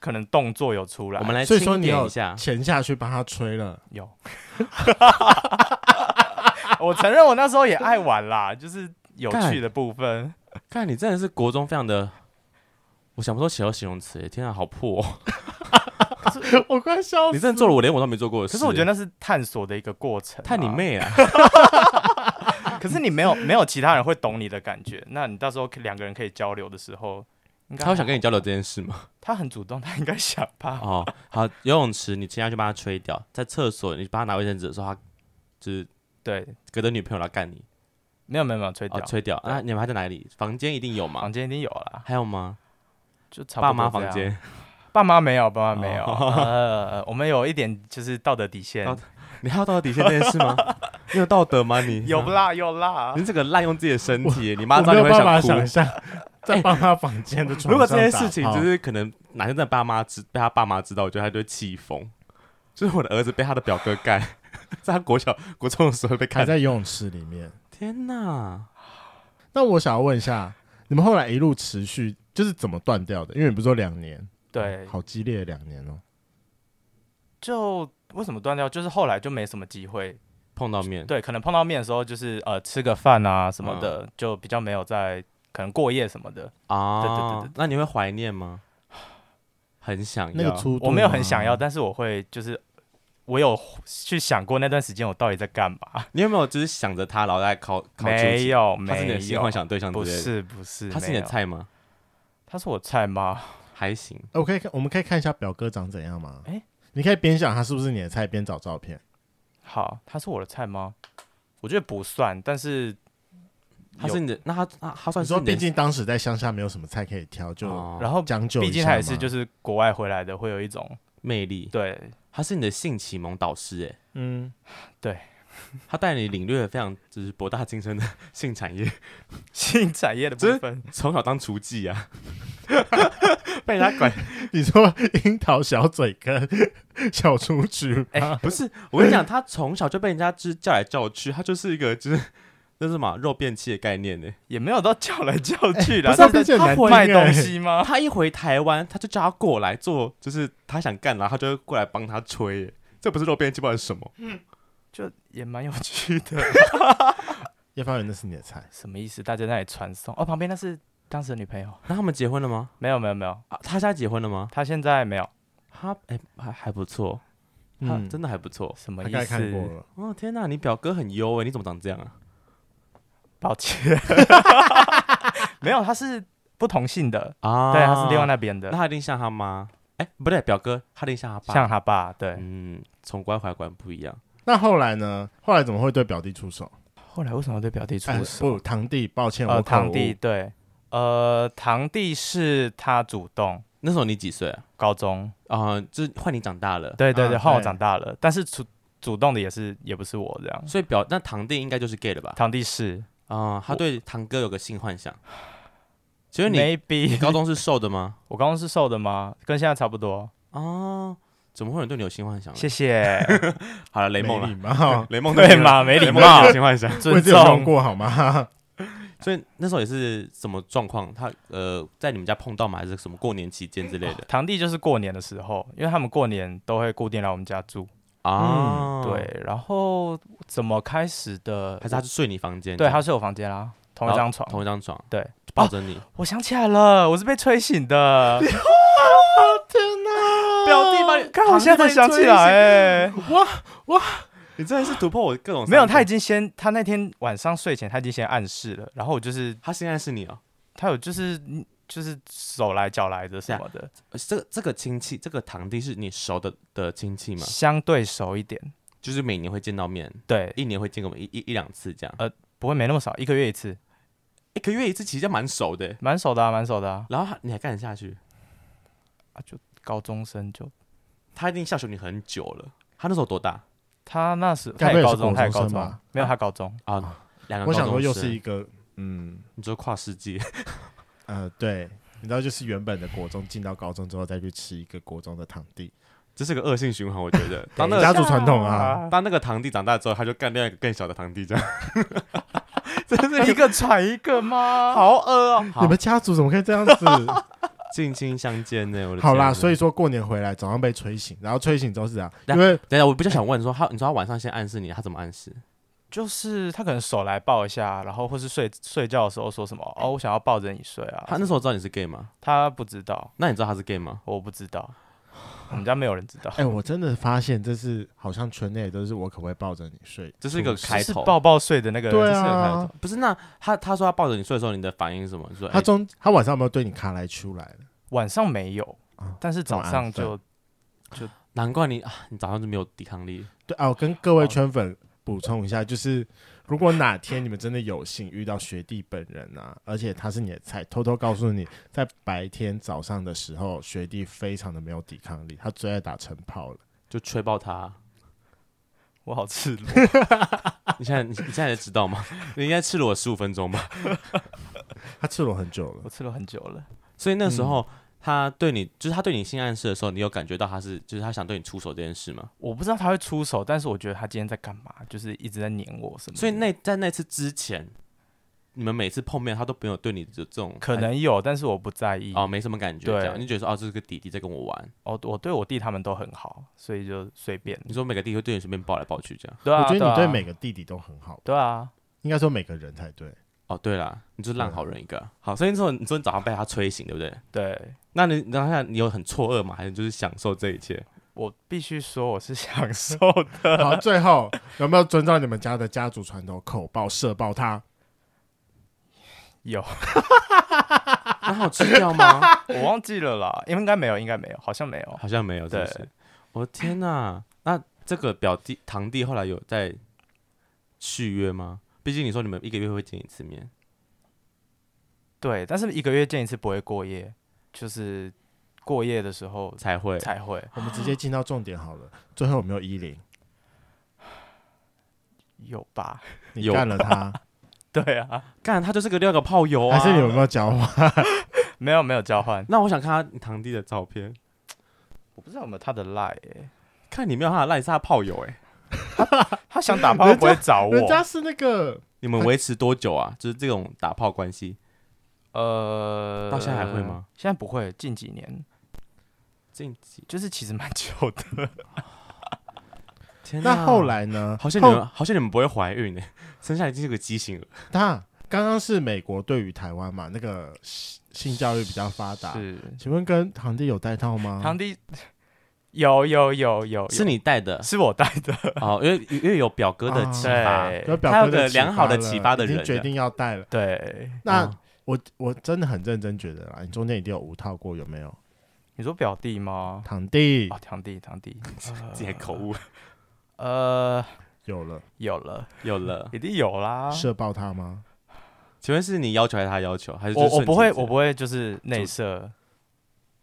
Speaker 3: 可能动作有出来。
Speaker 1: 我们来
Speaker 2: 所以说
Speaker 1: 清
Speaker 2: 你
Speaker 1: 点
Speaker 2: 有
Speaker 1: 一
Speaker 3: 啊
Speaker 1: 下。
Speaker 2: 潜下去帮他 吹了。
Speaker 3: 有， 我承认我那时候也爱玩 啦，就是有趣的部分。
Speaker 1: 看你真的是国中非常的，我想不出写到形容词耶，天啊，好破、哦！
Speaker 2: 我快笑
Speaker 1: 你
Speaker 2: 死！
Speaker 1: 真的做了我连我都没做过的事。
Speaker 3: 可是我觉得那是探索的一个过程、
Speaker 1: 太你！妹啊！
Speaker 3: 可是你没有没有其他人会懂你的感觉，那你到时候可两个人可以交流的时候，应该
Speaker 1: 他会想跟你交流这件事 吗？
Speaker 3: 他很主动，他应该想吧？
Speaker 1: 哦，好，游泳池你现在去帮他吹掉，在厕所你帮他拿卫生纸的时候，他就是
Speaker 3: 对，
Speaker 1: 隔着女朋友来干你，
Speaker 3: 没有没有没有吹掉，
Speaker 1: 哦，吹掉。那、你们还在哪里？房间一定有嘛
Speaker 3: 房？间一定有啦，
Speaker 1: 还有吗？
Speaker 3: 就差不
Speaker 1: 爸
Speaker 3: 多
Speaker 1: 妈
Speaker 3: 这
Speaker 1: 房
Speaker 3: 样，
Speaker 1: 间，
Speaker 3: 爸妈没有，爸妈没有。
Speaker 1: 哦
Speaker 3: 呃，我们有一点就是道德底线
Speaker 1: 道，你还有道德底线这件事 吗？你有道德吗？你
Speaker 3: 有？啦有啦
Speaker 1: 你。这个滥用自己的身体耶，你妈知道
Speaker 2: 我没
Speaker 1: 你
Speaker 2: 有
Speaker 1: 会
Speaker 2: 办法
Speaker 1: 想哭。
Speaker 2: 想象在帮他房 间的床
Speaker 1: 如果这
Speaker 2: 上
Speaker 1: 件
Speaker 2: 打
Speaker 1: 事情
Speaker 2: 炮
Speaker 1: 就是可能哪天真的爸妈知被他爸妈知道，我觉得他就会气疯。就是我的儿子被他的表哥干， 在他国小国中的时候被
Speaker 2: 还
Speaker 1: 干。
Speaker 2: 在游泳池里面。
Speaker 1: 天哪！
Speaker 2: 那我想要问一下，你们后来一路持续就是怎么断掉的？因为你不是说两年，
Speaker 3: 对，
Speaker 2: 好激烈的两年哦、
Speaker 3: 就为什么断掉？就是后来就没什么机会，
Speaker 1: 碰到面，
Speaker 3: 对，可能碰到面的时候就是呃吃个饭啊什么的，
Speaker 1: 嗯
Speaker 3: 就比较没有在可能过夜什么的。
Speaker 1: 啊，
Speaker 3: 对对对对
Speaker 1: 那你会怀念吗？很想
Speaker 2: 那
Speaker 1: 要
Speaker 2: 个粗度吗，
Speaker 3: 我没有很想要，但是我会就是我有去想过那段时间我到底在干嘛。
Speaker 1: 你有没有就是想着他，然后再考考究
Speaker 3: 没
Speaker 1: 竟？
Speaker 3: 有，
Speaker 1: 他是你
Speaker 3: 没
Speaker 1: 的性
Speaker 3: 有
Speaker 1: 幻，想对象之
Speaker 3: 不
Speaker 1: 类的，
Speaker 3: 是不是，
Speaker 1: 他是你的
Speaker 3: 没有，
Speaker 1: 菜吗？
Speaker 3: 他是我菜吗？
Speaker 1: 还行，
Speaker 2: 我可以看，我们可以看一下表哥长怎样吗？
Speaker 3: 诶
Speaker 2: 你可以边想他是不是你的菜，边找照片。
Speaker 3: 好，他是我的菜吗？我觉得不算，但是
Speaker 1: 他是你的，那他他他算
Speaker 2: 你
Speaker 1: 是
Speaker 2: 说，
Speaker 1: 你的
Speaker 2: 毕竟当时在乡下没有什么菜可以挑，就
Speaker 1: 哦
Speaker 3: 然后
Speaker 2: 将就一下嘛。
Speaker 3: 毕竟他也是就是国外回来的，会有一种
Speaker 1: 魅力，
Speaker 3: 对
Speaker 1: 他是你的性启蒙导师哎。
Speaker 2: 嗯，
Speaker 1: 他带你领略了非常就是博大精深的性产业，
Speaker 3: 性产业的部
Speaker 1: 这
Speaker 3: 分。
Speaker 1: 从小当厨妓啊，被人家管
Speaker 2: 你说樱桃小嘴跟 小雏菊，
Speaker 3: 哎、
Speaker 1: 不是，我跟你讲，他从小就被人家就是叫来叫去，他就是一个就是那是什么肉便器的概念呢。
Speaker 3: 也没有到叫来叫去啦，
Speaker 2: 不是啊
Speaker 3: 但
Speaker 2: 毕竟很
Speaker 3: 他
Speaker 2: 难听
Speaker 3: 卖东
Speaker 2: 欸
Speaker 3: 西吗？
Speaker 1: 他一回台湾，他就叫他过来做，就是他想干，然后他就会过来帮他吹耶。这不是肉便器，不知道是什么。
Speaker 3: 就也蛮有趣的。
Speaker 2: 叶芳园那是你的菜，
Speaker 3: 什么意思？大家在那里传送哦，旁边那是当时的女朋友。
Speaker 1: 那他们结婚了吗？
Speaker 3: 没有没有没有，
Speaker 1: 啊，他现在结婚了吗？
Speaker 3: 她现在没有
Speaker 1: 他哎、还还不错，他、
Speaker 2: 嗯，
Speaker 1: 真的还不错。
Speaker 3: 什么
Speaker 2: 大
Speaker 3: 意
Speaker 2: 概看过
Speaker 3: 思。
Speaker 2: 了。
Speaker 1: 哦天哪，你表哥很优哎，你怎么长这样啊？
Speaker 3: 抱歉， 没有，她是不同性的，
Speaker 1: 啊
Speaker 3: 对，她是另外那边
Speaker 1: 那
Speaker 3: 的，
Speaker 1: 他一定像他妈？哎、不对，表哥他一定像他爸。
Speaker 3: 像她爸。对，
Speaker 1: 嗯，从关怀观不一样。
Speaker 2: 那后来呢？后来怎么会对表弟出手？
Speaker 3: 后来为什么对表弟出
Speaker 2: 哎
Speaker 3: 手？
Speaker 2: 不，堂弟，抱
Speaker 1: 啊
Speaker 2: 歉，
Speaker 3: 呃，
Speaker 2: 我口误
Speaker 3: 堂弟，对，呃，堂弟是他主动，
Speaker 1: 那时候你几岁啊？
Speaker 3: 高中，
Speaker 1: 啊、就是换你长大了。
Speaker 3: 对对
Speaker 2: 啊
Speaker 3: 对，后来我
Speaker 2: 对
Speaker 3: 长大了，但是主主动的也是也不是我这样，
Speaker 1: 所以表那堂弟应该就是 gay 了吧？
Speaker 3: 堂弟是
Speaker 1: 啊、他对堂哥有个性幻想。请问你你
Speaker 3: ，maybe
Speaker 1: 高中是瘦的吗？
Speaker 3: 我高中是瘦的吗？跟现在差不多，
Speaker 1: 啊，怎么会有人对你有性幻想呢？
Speaker 3: 谢谢，
Speaker 1: 好了，雷梦
Speaker 2: 没礼
Speaker 1: 了，，
Speaker 2: 貌
Speaker 1: 雷梦
Speaker 3: 对
Speaker 1: 你
Speaker 3: 嘛，没
Speaker 1: 雷
Speaker 3: 礼
Speaker 1: 梦对你
Speaker 3: 貌
Speaker 1: 有，性幻想。
Speaker 2: 我
Speaker 3: 尊
Speaker 2: 只有用
Speaker 3: 重。
Speaker 2: 过好吗？
Speaker 1: 啊所以那时候也是什么状况？他呃，在你们家碰到吗？还是什么过年期间之类的？
Speaker 3: 堂弟就是过年的时候，因为他们过年都会固定来我们家住，
Speaker 1: 啊，，
Speaker 3: 嗯对。然后怎么开始的？
Speaker 1: 还是他就睡你房间？
Speaker 3: 对，他睡我房间啦，同一张床。
Speaker 1: 同一张床，
Speaker 3: 对，
Speaker 1: 抱着你。
Speaker 3: 我想起来了，我是被吹醒的。
Speaker 1: 表弟把你，
Speaker 3: 看，我现在才想起来、欸，
Speaker 1: 你真的是突破我各种
Speaker 3: 没有，
Speaker 1: 他
Speaker 3: 他已经先，他那天晚上睡前他已经先暗示了，然后我就是
Speaker 1: 他现在是你哦、
Speaker 3: 他有就是就是手来脚来的什么的，
Speaker 1: 呃这个这个亲戚，这个堂弟是你熟的的亲戚吗？
Speaker 3: 相对熟一点，
Speaker 1: 就是每年会见到面，
Speaker 3: 对，
Speaker 1: 一年会见个一一一两次这样，
Speaker 3: 不会没那么少，一个月一次，
Speaker 1: 一个月一次，其实蛮熟的欸。
Speaker 3: 蛮熟的啊，蛮熟的啊，
Speaker 1: 然后他你还干得下去，
Speaker 3: 啊就高中生就
Speaker 1: 他一定笑求你很久了。他那时候多大
Speaker 3: 他那时
Speaker 2: 该
Speaker 3: 他
Speaker 2: 不
Speaker 3: 也
Speaker 2: 会
Speaker 3: 高
Speaker 2: 是
Speaker 3: 中，
Speaker 2: 国
Speaker 3: 他也
Speaker 2: 中
Speaker 3: 高
Speaker 2: 生
Speaker 3: 中
Speaker 2: 吧，
Speaker 3: 没有他高中，
Speaker 1: 啊？两个
Speaker 2: 我
Speaker 1: 高
Speaker 2: 想
Speaker 1: 中
Speaker 2: 说又
Speaker 1: 生
Speaker 2: 是一个，嗯
Speaker 1: 你说跨世纪 嗯
Speaker 2: 呃，对，你知道就是原本的国中进到高中之后再去吃一个国中的堂弟，
Speaker 1: 这是个恶性循环，我觉 得。当那
Speaker 2: 家
Speaker 1: 个
Speaker 2: 族传统
Speaker 3: 哎
Speaker 2: 啊，
Speaker 1: 当那个堂弟长大之后，他就干另外一个更小的堂弟这样。
Speaker 3: 一个传一个吗？
Speaker 1: 好恶哦、
Speaker 2: 你们家族怎么可以这 样子？
Speaker 1: 近亲相见呢，我的
Speaker 2: 好啦，
Speaker 1: 天啊哪
Speaker 2: 所以说过年回来早上被吹醒，然后吹醒之后是这样，
Speaker 1: 那
Speaker 2: 因为
Speaker 1: 等一下，我比较想问说他，你说他晚上先暗示你，他怎么暗示？
Speaker 3: 就是他可能手来抱一下，然后或是睡睡觉的时候说什么哦，我想要抱着你睡啊。
Speaker 1: 他那时候知道你是 gay 吗？
Speaker 3: 他不知道，
Speaker 1: 那你知道他是 gay 吗？
Speaker 3: 我不知道，我们家没有人知道
Speaker 2: 哎、。我真的发现这是好像圈内都是我可不可以抱着你睡，
Speaker 1: 这是一个
Speaker 2: 出事
Speaker 1: 开
Speaker 3: 就是
Speaker 1: 头，
Speaker 3: 抱抱睡的那个，
Speaker 2: 对
Speaker 1: 这是个开头
Speaker 2: 啊，
Speaker 1: 不是？那他他说他抱着你睡的时候，你的反应是什么？你说
Speaker 2: 他
Speaker 1: 哎
Speaker 2: 中他晚上有没有对你卡来出来了？
Speaker 3: 晚上没有
Speaker 2: 啊，
Speaker 3: 但是早上
Speaker 2: 这么
Speaker 3: 就
Speaker 1: 难怪你啊，你早上就没有抵抗力。
Speaker 2: 对啊，我跟各位
Speaker 3: 哦
Speaker 2: 圈粉补充一下，就是如果哪天你们真的有幸遇到学弟本人啊，而且他是你的菜，偷偷告诉你，在白天早上的时候，学弟非常的没有抵抗力，他最爱打晨跑了。
Speaker 1: 就吹爆他，
Speaker 3: 我好赤裸。
Speaker 1: 你现在你你现在知道吗？ 你应该吃了我十五分钟吧。
Speaker 2: 他赤裸很久了
Speaker 3: 我，赤裸很久了，
Speaker 1: 所以那时候、他对你，就是他对你性暗示的时候，你有感觉到他是，就是他想对你出手这件事吗？
Speaker 3: 我不知道他会出手，但是我觉得他今天在干嘛，就是一直在黏我什么的。
Speaker 1: 所以那在那次之前，你们每次碰面，他都没有对你的这种
Speaker 3: 可能有，但是我不在意。
Speaker 1: 哦没什么感觉，
Speaker 3: 对
Speaker 1: 这样你就觉得说哦这是个弟弟在跟我玩，
Speaker 3: 哦，我对我弟他们都很好，所以就随便。
Speaker 1: 你说每个弟会对你随便抱来抱去这样？
Speaker 3: 对
Speaker 2: 我
Speaker 3: 啊，
Speaker 2: 觉得你
Speaker 3: 啊
Speaker 2: 对每个弟弟都很好，
Speaker 3: 对啊，
Speaker 2: 应该说每个人才对。
Speaker 1: 哦，对了，你就是烂好人一个。好，所以之后你昨天早上被他吹醒，对不对？
Speaker 3: 对
Speaker 1: 那你当下你有很错愕吗？还是就是享受这一切？
Speaker 3: 我必须说我是 享受的，
Speaker 2: 好，最后有没有遵照你们家的家族传统口爆射爆他？
Speaker 3: 有
Speaker 1: 那好吃掉吗？
Speaker 3: 我忘记了啦，应该没有，应该没有，好像没有。
Speaker 1: 好像没有，是不是
Speaker 3: 对？
Speaker 1: 我的天哪、那这个表弟堂弟后来有在续约吗？毕竟你说你们一个月会见一次面，
Speaker 3: 对，但是一个月见一次不会过夜，就是过夜的时候
Speaker 1: 才会
Speaker 3: 才会
Speaker 2: 我们直接进到重点好了。最后有没有依零？
Speaker 3: 有吧？
Speaker 2: 你
Speaker 1: 有
Speaker 2: 干了他，
Speaker 3: 对啊，
Speaker 1: 干他就是个六个炮友啊！
Speaker 2: 还是你有没有交换？
Speaker 3: 没有没有交换，
Speaker 1: 那我想看他堂弟的照片，
Speaker 3: 我不知道有没有他的赖、欸，
Speaker 1: 看你没有他的赖是他炮友哎、
Speaker 3: 他想打炮会不会找
Speaker 2: 人家
Speaker 3: 我？
Speaker 2: 是那个
Speaker 1: 你们维持多久啊？就是这种打炮关系，
Speaker 3: 呃，
Speaker 1: 到现在还会吗？
Speaker 3: 现在不会，近几年
Speaker 1: 近几
Speaker 3: 就是其实蛮久的。
Speaker 1: 天哪、
Speaker 2: 那后来呢？
Speaker 1: 好像你
Speaker 2: 后
Speaker 1: 们好像你们不会怀孕哎、生下来就是个畸形儿。
Speaker 2: 他刚刚是美国对于台湾嘛，那个性性教育比较发达。
Speaker 3: 是
Speaker 2: 请问跟堂弟有带套吗？
Speaker 3: 堂弟有有有有，有
Speaker 1: 嗯是你带的
Speaker 3: 是我带 的，
Speaker 1: 哦，因为因为有表哥的
Speaker 2: 啊
Speaker 1: 启发，
Speaker 3: 对
Speaker 2: 有表
Speaker 1: 他有
Speaker 2: 哥的
Speaker 1: 个
Speaker 2: 启
Speaker 1: 良好的
Speaker 2: 了
Speaker 1: 启发的
Speaker 2: 已经
Speaker 1: 人
Speaker 2: 决
Speaker 1: 了
Speaker 2: 定要带了。
Speaker 3: 对。
Speaker 2: 那、
Speaker 1: 哦
Speaker 2: 我我真的很认真觉得啦，你中间一定有无套过，有没有？
Speaker 3: 你说表弟吗？
Speaker 2: 堂弟、
Speaker 3: 啊，堂弟堂弟，
Speaker 1: 自己还口误
Speaker 3: 呃，
Speaker 2: 有了，
Speaker 3: 有了，
Speaker 1: 有了。
Speaker 3: 一定有
Speaker 1: 啊
Speaker 3: 啦。
Speaker 2: 射爆他吗？
Speaker 1: 请问是你要求还是他要求？还是
Speaker 3: 我我不会，我不
Speaker 1: 会
Speaker 3: 会就是内射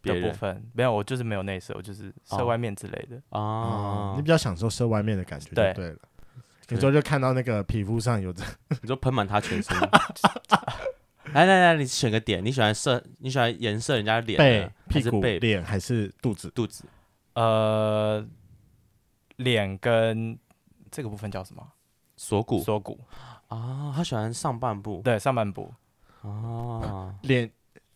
Speaker 1: 别
Speaker 3: 的部
Speaker 1: 人
Speaker 3: 分，没有，我就是没有内射，我就是射
Speaker 1: 哦
Speaker 3: 外面之类的。
Speaker 2: 啊、
Speaker 1: 啊
Speaker 2: 你？比较享受射外面的感觉就
Speaker 3: 对
Speaker 2: 对了。有时候就看到那个皮肤上有这，
Speaker 1: 你就喷满他全身。 来来来，你选个点，你喜欢射，你喜欢颜色人家脸
Speaker 2: 背
Speaker 1: 呢、还
Speaker 2: 屁
Speaker 1: 是
Speaker 2: 股、
Speaker 1: 背、
Speaker 2: 脸还是肚子？
Speaker 1: 肚子？
Speaker 3: 呃，脸跟这个部分叫什么？
Speaker 1: 锁骨
Speaker 3: 锁骨，
Speaker 1: 啊，他喜欢上半部
Speaker 3: 对，上半部。
Speaker 1: 啊。
Speaker 2: 脸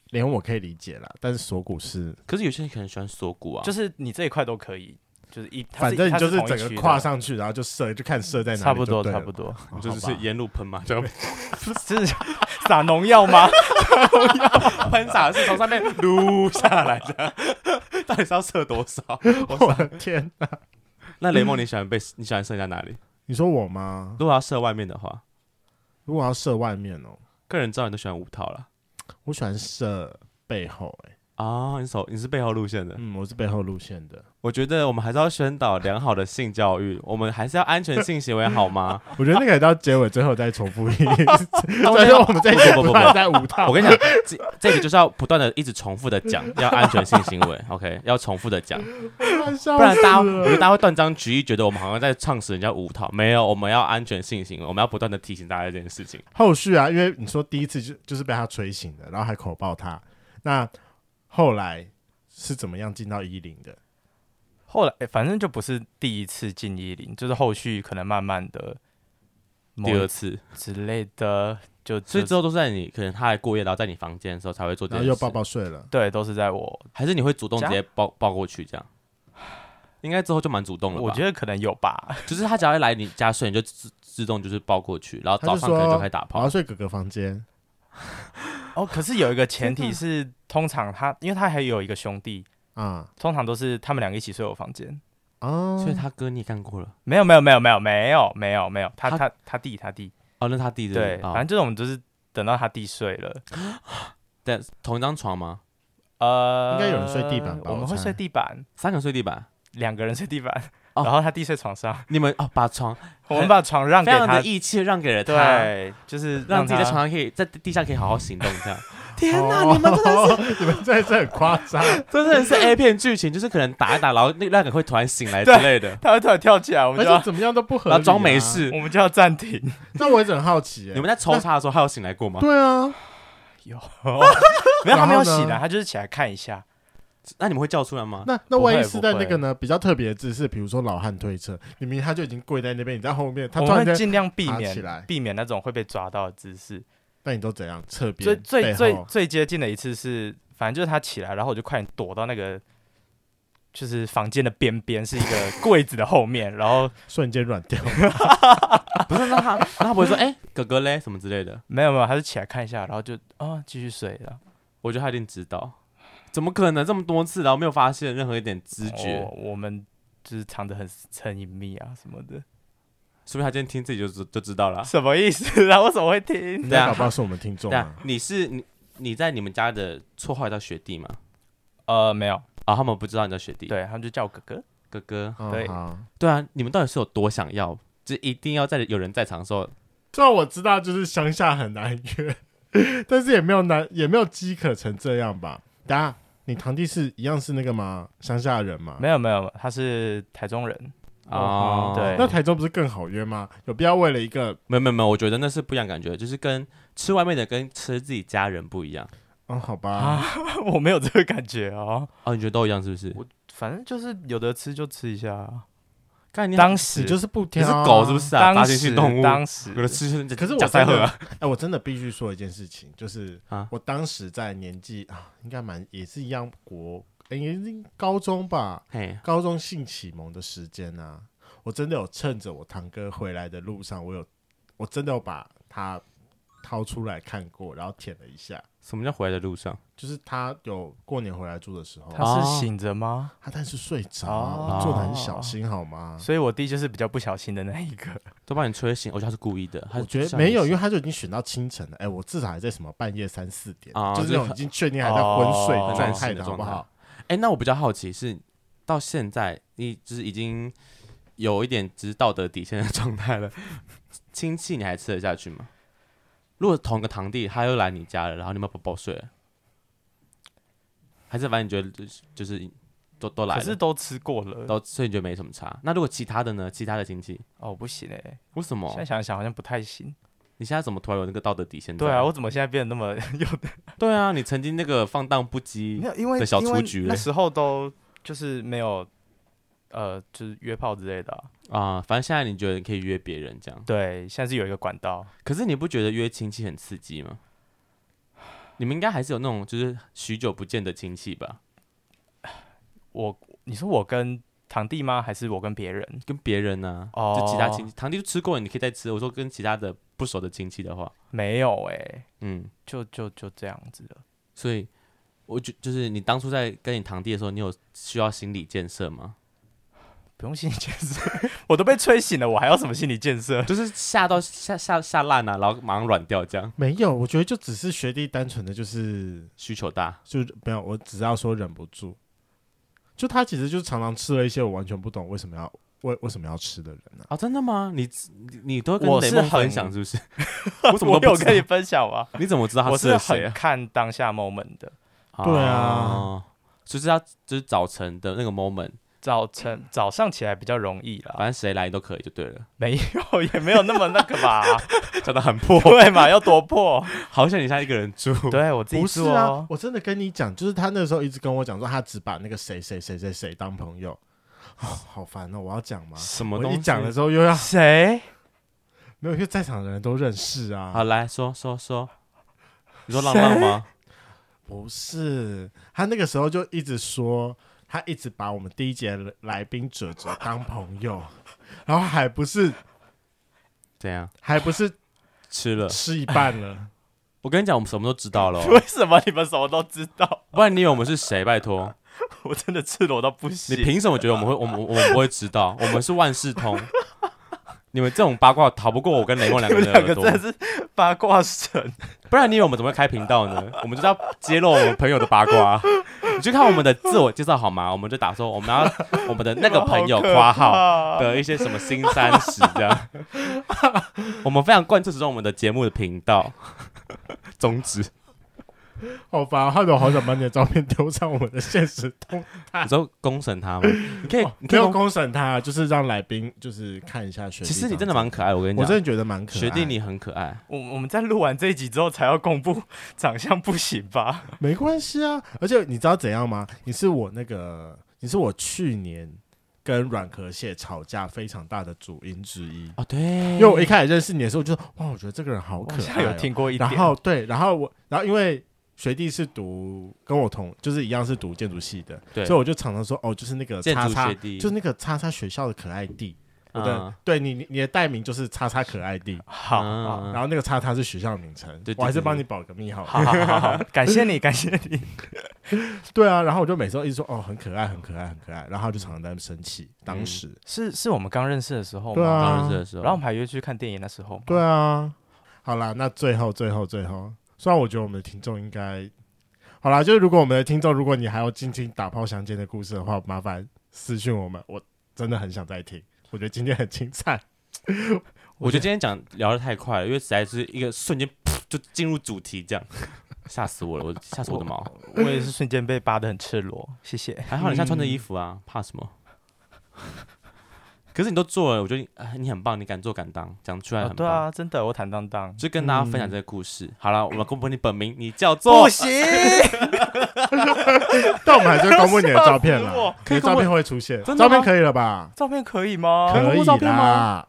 Speaker 2: 脸我可以理解啦，但是锁骨是，
Speaker 1: 可是有些人可能喜欢锁骨啊，
Speaker 3: 就是是你这一块都可以，就是一，它
Speaker 2: 反正你
Speaker 3: 它
Speaker 2: 就是
Speaker 3: 同一
Speaker 2: 整
Speaker 3: 区
Speaker 2: 个
Speaker 3: 的
Speaker 2: 跨上去，然后就射，就看射在哪里。
Speaker 3: 差不多，差不。多，
Speaker 2: 好
Speaker 1: 就
Speaker 2: 好
Speaker 1: 是
Speaker 2: 吧
Speaker 1: 沿路喷嘛，就
Speaker 3: 是撒农药吗？
Speaker 1: 喷洒是从上 面撸下来的， 到底是要射多少？
Speaker 2: 我的天！
Speaker 1: 那雷蒙，你喜欢被你喜欢射人家哪里？
Speaker 2: 你说我吗？
Speaker 1: 如果要射外面的话，
Speaker 2: 如果要射外面哦，
Speaker 1: 个人知道你都喜欢五套了
Speaker 2: 我喜欢射背后、欸。
Speaker 1: 啊，你手你是背后路线的。
Speaker 2: 嗯，我是背后路线的。
Speaker 1: 我觉得我们还是要宣导良好的性教育，我们还是要安全性行为，好 吗？
Speaker 2: 我觉得那个到结尾最后再重复 一次，
Speaker 1: 我
Speaker 2: 所以说我们在
Speaker 1: 不不不不
Speaker 2: 不断地在五套。
Speaker 1: 我跟你讲，这这个就是要不断的一直重复的讲，要安全性行为，OK，要重复的讲，
Speaker 2: 讲，笑
Speaker 1: 不然大家
Speaker 2: 死
Speaker 1: 我
Speaker 2: 了
Speaker 1: 觉得大家会断章取义，觉得我们好像在唱死人家五套。没有，我们要安全性行为，我们要不断的提醒大家这件事情。
Speaker 2: 后续啊，因为你说第一次就就是被他吹醒的，然后还口爆他，那后来是怎么样进到一零的？
Speaker 3: 后来、诶哎反正就不是第一次进一零，就是后续可能慢慢的某
Speaker 1: 第
Speaker 3: 一
Speaker 1: 二次，
Speaker 3: 之类的，就
Speaker 1: 所以
Speaker 3: 就
Speaker 1: 之后都是在你可能他还过夜，然后在你房间的时候才会做这
Speaker 2: 然
Speaker 1: 件
Speaker 2: 后
Speaker 1: 事，
Speaker 2: 又抱抱睡了。
Speaker 3: 对都是在我，
Speaker 1: 还是你会主动
Speaker 3: 家
Speaker 1: 直接抱抱过去这样？应该之后就蛮主动了吧？
Speaker 3: 我觉得可能有吧。
Speaker 1: 就是他只要一来你家睡，你就自自动就是抱过去，然后
Speaker 2: 他
Speaker 1: 早
Speaker 2: 就
Speaker 1: 上可能就
Speaker 2: 说
Speaker 1: 开始打
Speaker 2: 我
Speaker 1: 炮
Speaker 2: 要。睡哥哥房间，
Speaker 3: 哦，可是有一个前提是，通常他因为他还有一个兄弟，
Speaker 2: 啊
Speaker 3: 通常都是他们两个一起睡我房间。
Speaker 2: 啊！
Speaker 1: 所以他哥你也干过了，
Speaker 3: 没有没有没有没有没有没有没有，他
Speaker 1: 他
Speaker 3: 他他弟他弟，
Speaker 1: 哦，那是他弟弟
Speaker 3: 对，
Speaker 2: 啊
Speaker 1: 哦
Speaker 3: 反正就是我们就是等到他弟睡了，
Speaker 1: 但同一张床吗？
Speaker 3: 呃，
Speaker 2: 应该有人睡地板吧
Speaker 3: 我们
Speaker 2: 我
Speaker 3: 会
Speaker 2: 猜
Speaker 3: 睡地板，
Speaker 1: 三个人睡地板，
Speaker 3: 两个人睡地板，
Speaker 1: 哦
Speaker 3: 然后他弟睡 床上，
Speaker 1: 你们哦把床
Speaker 3: 我们把床让
Speaker 1: 非
Speaker 3: 给
Speaker 1: 常
Speaker 3: 他
Speaker 1: 的，义气地让给了他，
Speaker 3: 对，就是
Speaker 1: 让自己在
Speaker 3: 他
Speaker 1: 床上可以在地上可以好好行动 这样。天哪，
Speaker 2: 哦
Speaker 1: 你们真的是
Speaker 2: 你们真的是很夸张，
Speaker 1: 真的是 A 片剧情，就是可能打一打，然后那那个会突然醒来之类 的，
Speaker 3: 他会突然跳起来， 我们
Speaker 2: 而
Speaker 3: 就
Speaker 2: 且
Speaker 3: 要
Speaker 2: 怎么样都不合理、
Speaker 1: 然
Speaker 2: 啊。
Speaker 1: 后装没，事
Speaker 3: 我。们就要暂停。
Speaker 2: 那我也很好奇、欸，
Speaker 1: 你们在抽插的时候，他有醒来过吗？
Speaker 2: 对啊，
Speaker 3: 有，没有他没
Speaker 2: 然
Speaker 3: 有
Speaker 2: 后呢
Speaker 3: 醒来，他就是起来看一下。
Speaker 1: 那你们会叫出来吗？
Speaker 2: 那那
Speaker 3: 不会
Speaker 2: 万一是在那
Speaker 3: 不会
Speaker 2: 个呢比较特别的姿势，比如说老汉推车，你明明他就已经跪在那边，你在后面，他
Speaker 3: 我
Speaker 2: 突然
Speaker 3: 们会
Speaker 2: 间，
Speaker 3: 尽量避
Speaker 2: 爬起来
Speaker 3: 免避免那种会被抓到的姿势。
Speaker 2: 那你都怎样侧边
Speaker 3: 最最
Speaker 2: 背后
Speaker 3: 最最接近的一次是，反正就是他起来，然后我就快点躲到那个就是房间的边边是一个柜子的后面，然后
Speaker 2: 瞬间软 掉。
Speaker 1: 不是，那他那他不会说，哎、哥哥嘞，什么之类的。
Speaker 3: 没有没有，他就起来看一下，然后就啊继续睡了。
Speaker 1: 我觉得他一定知道，怎么可能这么多次，然后没有发现任何一点知觉？
Speaker 3: 哦我们就是藏得很很隐秘啊什么的，
Speaker 1: 说不定他今天听自己就知就知道了。
Speaker 3: 什么意思 啊？我怎么会听？
Speaker 1: 对啊
Speaker 2: 那搞不好是我们听众
Speaker 1: 对啊
Speaker 2: 啊，，
Speaker 1: 你是你你在你们家的绰号叫学弟吗？
Speaker 3: 呃，没有，
Speaker 1: 啊、他们不知道你叫学弟，
Speaker 3: 对他们就叫我哥哥。
Speaker 1: 哥哥。
Speaker 2: 嗯
Speaker 3: 对
Speaker 2: 好。
Speaker 1: 对啊，你们到底是有多想要？就一定要在有人在场的时候，
Speaker 2: 虽然我知道就是乡下很难约，但是也没有难，也没有饥渴成这样吧。等下，你堂弟是一样是那个吗？乡下人吗？
Speaker 3: 没有没有，他是台中人，
Speaker 1: 哦，
Speaker 3: 对
Speaker 2: 那台中不是更好约吗？有必要为了一个
Speaker 1: 没有没有没有，我觉得那是不一样感觉，就是跟吃外面的跟吃自己家人不一样。
Speaker 2: 哦，好吧，
Speaker 3: 啊 我没有这个感觉哦。
Speaker 1: 哦，你觉得都一样是不是？
Speaker 3: 我反正就是有的吃就吃一下啊，
Speaker 1: 干你
Speaker 3: 当时
Speaker 2: 你就是不
Speaker 1: 你
Speaker 2: 挑、
Speaker 1: 是狗是不？是啊？
Speaker 3: 当
Speaker 1: 大型
Speaker 3: 时
Speaker 1: 性动物，
Speaker 3: 当时
Speaker 1: 有的吃是
Speaker 2: 可是我
Speaker 1: 假赛
Speaker 2: 真
Speaker 1: 赫
Speaker 2: 的
Speaker 1: 啊，
Speaker 2: 哎、我真的必须说一件事情，就是
Speaker 1: 啊
Speaker 2: 我当时在年纪啊，应该蛮也是一样国，哎也是高中吧，
Speaker 1: 嘿，
Speaker 2: 高中性启蒙的时间啊，我真的有趁着我堂哥回来的路上，我有我真的有把他掏出来看过，然后舔了一下。
Speaker 1: 什么叫回来的路上？
Speaker 2: 就是他有过年回来住的时
Speaker 1: 哦
Speaker 2: 候，
Speaker 3: 他
Speaker 2: 他
Speaker 3: 是醒着吗？
Speaker 2: 但是睡着，啊
Speaker 3: 哦
Speaker 2: 我做的很小心好吗？
Speaker 3: 所以我弟就是比较不小心的那一个。
Speaker 1: 都把你吹醒，我哦觉得他是故意的。他
Speaker 2: 我觉得没有，因为他就已经选到清晨了。哎、我至少还在什么半夜三四点，
Speaker 1: 啊
Speaker 2: 就是
Speaker 1: 就
Speaker 2: 那种
Speaker 1: 很
Speaker 2: 已经确定还在昏睡
Speaker 3: 哦
Speaker 2: 的状态
Speaker 1: 很清
Speaker 2: 的，
Speaker 1: 醒的
Speaker 2: 好不好？
Speaker 1: 哎、诶那我比较好奇是到现在，你就是已经有一点就是道德底线的状态了，亲戚你还吃得下去吗？如果同一个堂弟他又来你家了，然后你们抱抱睡了，还是反正你觉得就是就是都都来
Speaker 3: 可
Speaker 1: 了，
Speaker 3: 是都吃过了
Speaker 1: 都所以你觉得没什么差？那如果其他的呢？其他的亲戚
Speaker 3: 哦，不行哎，
Speaker 1: 为什么
Speaker 3: 现在？想一想好像不太行。
Speaker 1: 你现在怎么突然有那个道德底线在？
Speaker 3: 对啊，我怎么现在变得那么有？
Speaker 1: 对啊，你曾经那个放荡不羁
Speaker 3: 没，有因为
Speaker 1: 的小
Speaker 3: 因
Speaker 1: 雏
Speaker 3: 为
Speaker 1: 菊
Speaker 3: 那
Speaker 1: 嘞
Speaker 3: 时候都就是没有，呃，就是约炮之类的啊、
Speaker 1: 啊、反正现在你觉得你可以约别人这样，
Speaker 3: 对，现在是有一个管道，
Speaker 1: 可是你不觉得约亲戚很刺激吗？你们应该还是有那种就是许久不见的亲戚吧，
Speaker 3: 我你说我跟堂弟吗？还是我跟别人？
Speaker 1: 跟别人呢、
Speaker 3: 哦
Speaker 1: 就其他亲戚，堂弟就吃过了，你可以再吃。我说跟其他的不熟的亲戚的话，
Speaker 3: 没有哎、
Speaker 1: 嗯，
Speaker 3: 就就就这样子了。
Speaker 1: 所以我就就是你当初在跟你堂弟的时候，你有需要心理建设吗？
Speaker 3: 不用心理建 设，我都被吹醒了，我还要什么心理建设？
Speaker 1: 就是吓到吓吓吓烂了、然后马上软掉这样，
Speaker 2: 没有，我觉得就只是学弟单纯的就是
Speaker 1: 需求大，
Speaker 2: 就没有，我只要说忍不住，就他其实就常常吃了一些我完全不懂为什么要为为什么要吃的人呢、
Speaker 1: 啊，真的吗？你你你都会跟
Speaker 3: 我
Speaker 1: 雷
Speaker 3: 是
Speaker 1: 梦
Speaker 3: 很
Speaker 1: 分享是不是？
Speaker 3: 我
Speaker 1: 怎么都
Speaker 3: 有
Speaker 1: 不知道
Speaker 3: 跟你分享吗？
Speaker 1: 你怎么知道他
Speaker 3: 我
Speaker 1: 吃了
Speaker 3: 是
Speaker 1: 谁
Speaker 3: 很
Speaker 1: 啊？
Speaker 3: 看当下 moment 的。
Speaker 2: 对
Speaker 1: 哦
Speaker 2: 啊，
Speaker 1: 就是要就是早晨的那个 moment，
Speaker 3: 早
Speaker 1: 嗯
Speaker 3: 晨早上起来比较容易啦，
Speaker 1: 反正谁来都可以就对了。
Speaker 3: 没有 也没有那么那个 吧，
Speaker 1: 讲的很破，
Speaker 3: 对嘛？要多破？
Speaker 1: 啊好像你现在一个人住。
Speaker 3: 对我自己
Speaker 2: 不是
Speaker 3: 做
Speaker 2: 啊
Speaker 3: 哦，，
Speaker 2: 我真的跟你讲，就是他那时候一直跟我讲说，他只把那个谁谁谁谁谁当朋友，哦、好烦哦！我要讲吗？
Speaker 1: 什么
Speaker 2: 我
Speaker 1: 东
Speaker 2: 一
Speaker 1: 西？
Speaker 2: 讲的时候又
Speaker 1: 啊
Speaker 2: 要
Speaker 3: 谁？
Speaker 2: 没有，因为在场的人都认识啊。
Speaker 1: 好，来说说说，你说浪浪吗？
Speaker 2: 不是，他那个时候就一直说，他一直把我们第一节来宾哲哲当朋友， 然后还不是
Speaker 1: 怎样？
Speaker 2: 还不是
Speaker 1: 吃了？
Speaker 2: 吃一半 了，
Speaker 1: 我跟你讲，我们什么都知道 了哦，
Speaker 3: 为什么你们什么都知道？
Speaker 1: 不然你以为我们是谁？拜托，
Speaker 3: 我真的赤裸到不
Speaker 1: 你
Speaker 3: 行。
Speaker 1: 凭什么觉得我们会我们我们不会知道？我们是万事通。你们这种八卦逃不过我跟雷梦两
Speaker 3: 你
Speaker 1: 个
Speaker 3: 们
Speaker 1: 人的
Speaker 3: 两
Speaker 1: 耳
Speaker 3: 个
Speaker 1: 朵
Speaker 3: 真，的是八卦神，啊
Speaker 1: 不然你以为我们怎么会开频道 呢？我们就是要揭露我们朋友的八卦。你去看我们的自我介绍好吗？我们就打说我们要我们的那个朋友夸号，
Speaker 3: 好可怕
Speaker 1: 的一些什么新三十这 样。我们非常贯彻始终我们的节目的频道宗旨。
Speaker 2: 好烦、啊！害得我好想把你的照片丢上我们的现实 动
Speaker 1: 你知道公审他吗？你可以
Speaker 2: 态，，
Speaker 1: 你
Speaker 2: 没
Speaker 1: 可以
Speaker 2: 有
Speaker 1: 哦公。
Speaker 2: 公审他，就是让来宾就是看一下学
Speaker 1: 其
Speaker 2: 弟。
Speaker 1: 实你真的蛮，可爱，我跟你
Speaker 2: 我真
Speaker 1: 讲，
Speaker 2: 的觉得蛮可爱。
Speaker 1: 学弟你很可爱。
Speaker 3: 我我们在录完这一集之后才要公布长相，不行吧？
Speaker 2: 没关系啊，而且你知道怎样吗？你是我那个，你是我去年跟软壳蟹吵架非常大的主因之一。
Speaker 1: 哦，对，
Speaker 2: 因为我一开始认识你的时候，我就说哇，我觉得这个人好
Speaker 3: 我
Speaker 2: 可
Speaker 3: 好像
Speaker 2: 爱哦、
Speaker 3: 有听过一点，
Speaker 2: 然后对，然后我，然后因为学弟是读跟我同，就是一样是读建筑系的，
Speaker 1: 对
Speaker 2: 所以我就常常说哦，就是那个
Speaker 1: 建
Speaker 2: 叉
Speaker 1: 筑
Speaker 2: 叉
Speaker 1: 学，弟
Speaker 2: 就是那个叉叉学校的可爱弟。我的、
Speaker 1: 嗯
Speaker 2: 对你，你你的代名就是叉叉可爱弟，
Speaker 3: 好，
Speaker 1: 嗯
Speaker 3: 好
Speaker 2: 然后那个叉叉是学校的名称
Speaker 1: 对，对
Speaker 2: 我还是
Speaker 1: 对
Speaker 2: 帮
Speaker 1: 对
Speaker 2: 你保个密好了。
Speaker 3: 好好好好，感 谢你，感谢你。
Speaker 2: 对啊，然后我就每次都一直说哦，很可爱，很可爱，很可爱，然后他就常常在那边生气。当时，
Speaker 3: 是是我们刚认识的时候
Speaker 2: 对
Speaker 3: 吗？
Speaker 2: 啊
Speaker 1: 刚认识的时候，
Speaker 3: 然后我们还约去看电影那时候吗，
Speaker 2: 对啊，好啦，那最后最后最后，虽然我觉得我们的听众应该，好啦，就是如果我们的听众，如果你还要静听打炮相见的故事的话，麻烦私讯我们，我真的很想再听，我觉得今天很精彩。
Speaker 1: 我觉得今天讲聊的太快了，因为实在是一个瞬间噗就进入主题 这样，吓死我了，我吓死我的毛！
Speaker 3: 我也是瞬间被扒得很赤裸，谢谢。
Speaker 1: 还好你现在穿着衣服啊，怕什么？可是你都做了，我觉得你、啊你很棒，你敢做敢当，讲出来
Speaker 3: 哦
Speaker 1: 很
Speaker 3: 对
Speaker 1: 棒。
Speaker 3: 啊，真的，我坦荡荡。
Speaker 1: 就跟大家分享这个故事。好了，我们公布你本名，你叫做
Speaker 3: 不行，
Speaker 2: 但我们还是会公布你的照 片
Speaker 3: 吓死我
Speaker 2: 了，
Speaker 3: 可
Speaker 2: 你
Speaker 3: 以
Speaker 2: 的
Speaker 3: 公
Speaker 2: 照
Speaker 3: 布
Speaker 2: 片会出现，
Speaker 3: 真的
Speaker 2: 照片
Speaker 3: 吗
Speaker 2: 可以了吧？
Speaker 3: 照片可以吗？
Speaker 2: 可以
Speaker 1: 哦公布照片
Speaker 2: 啦
Speaker 1: 吗。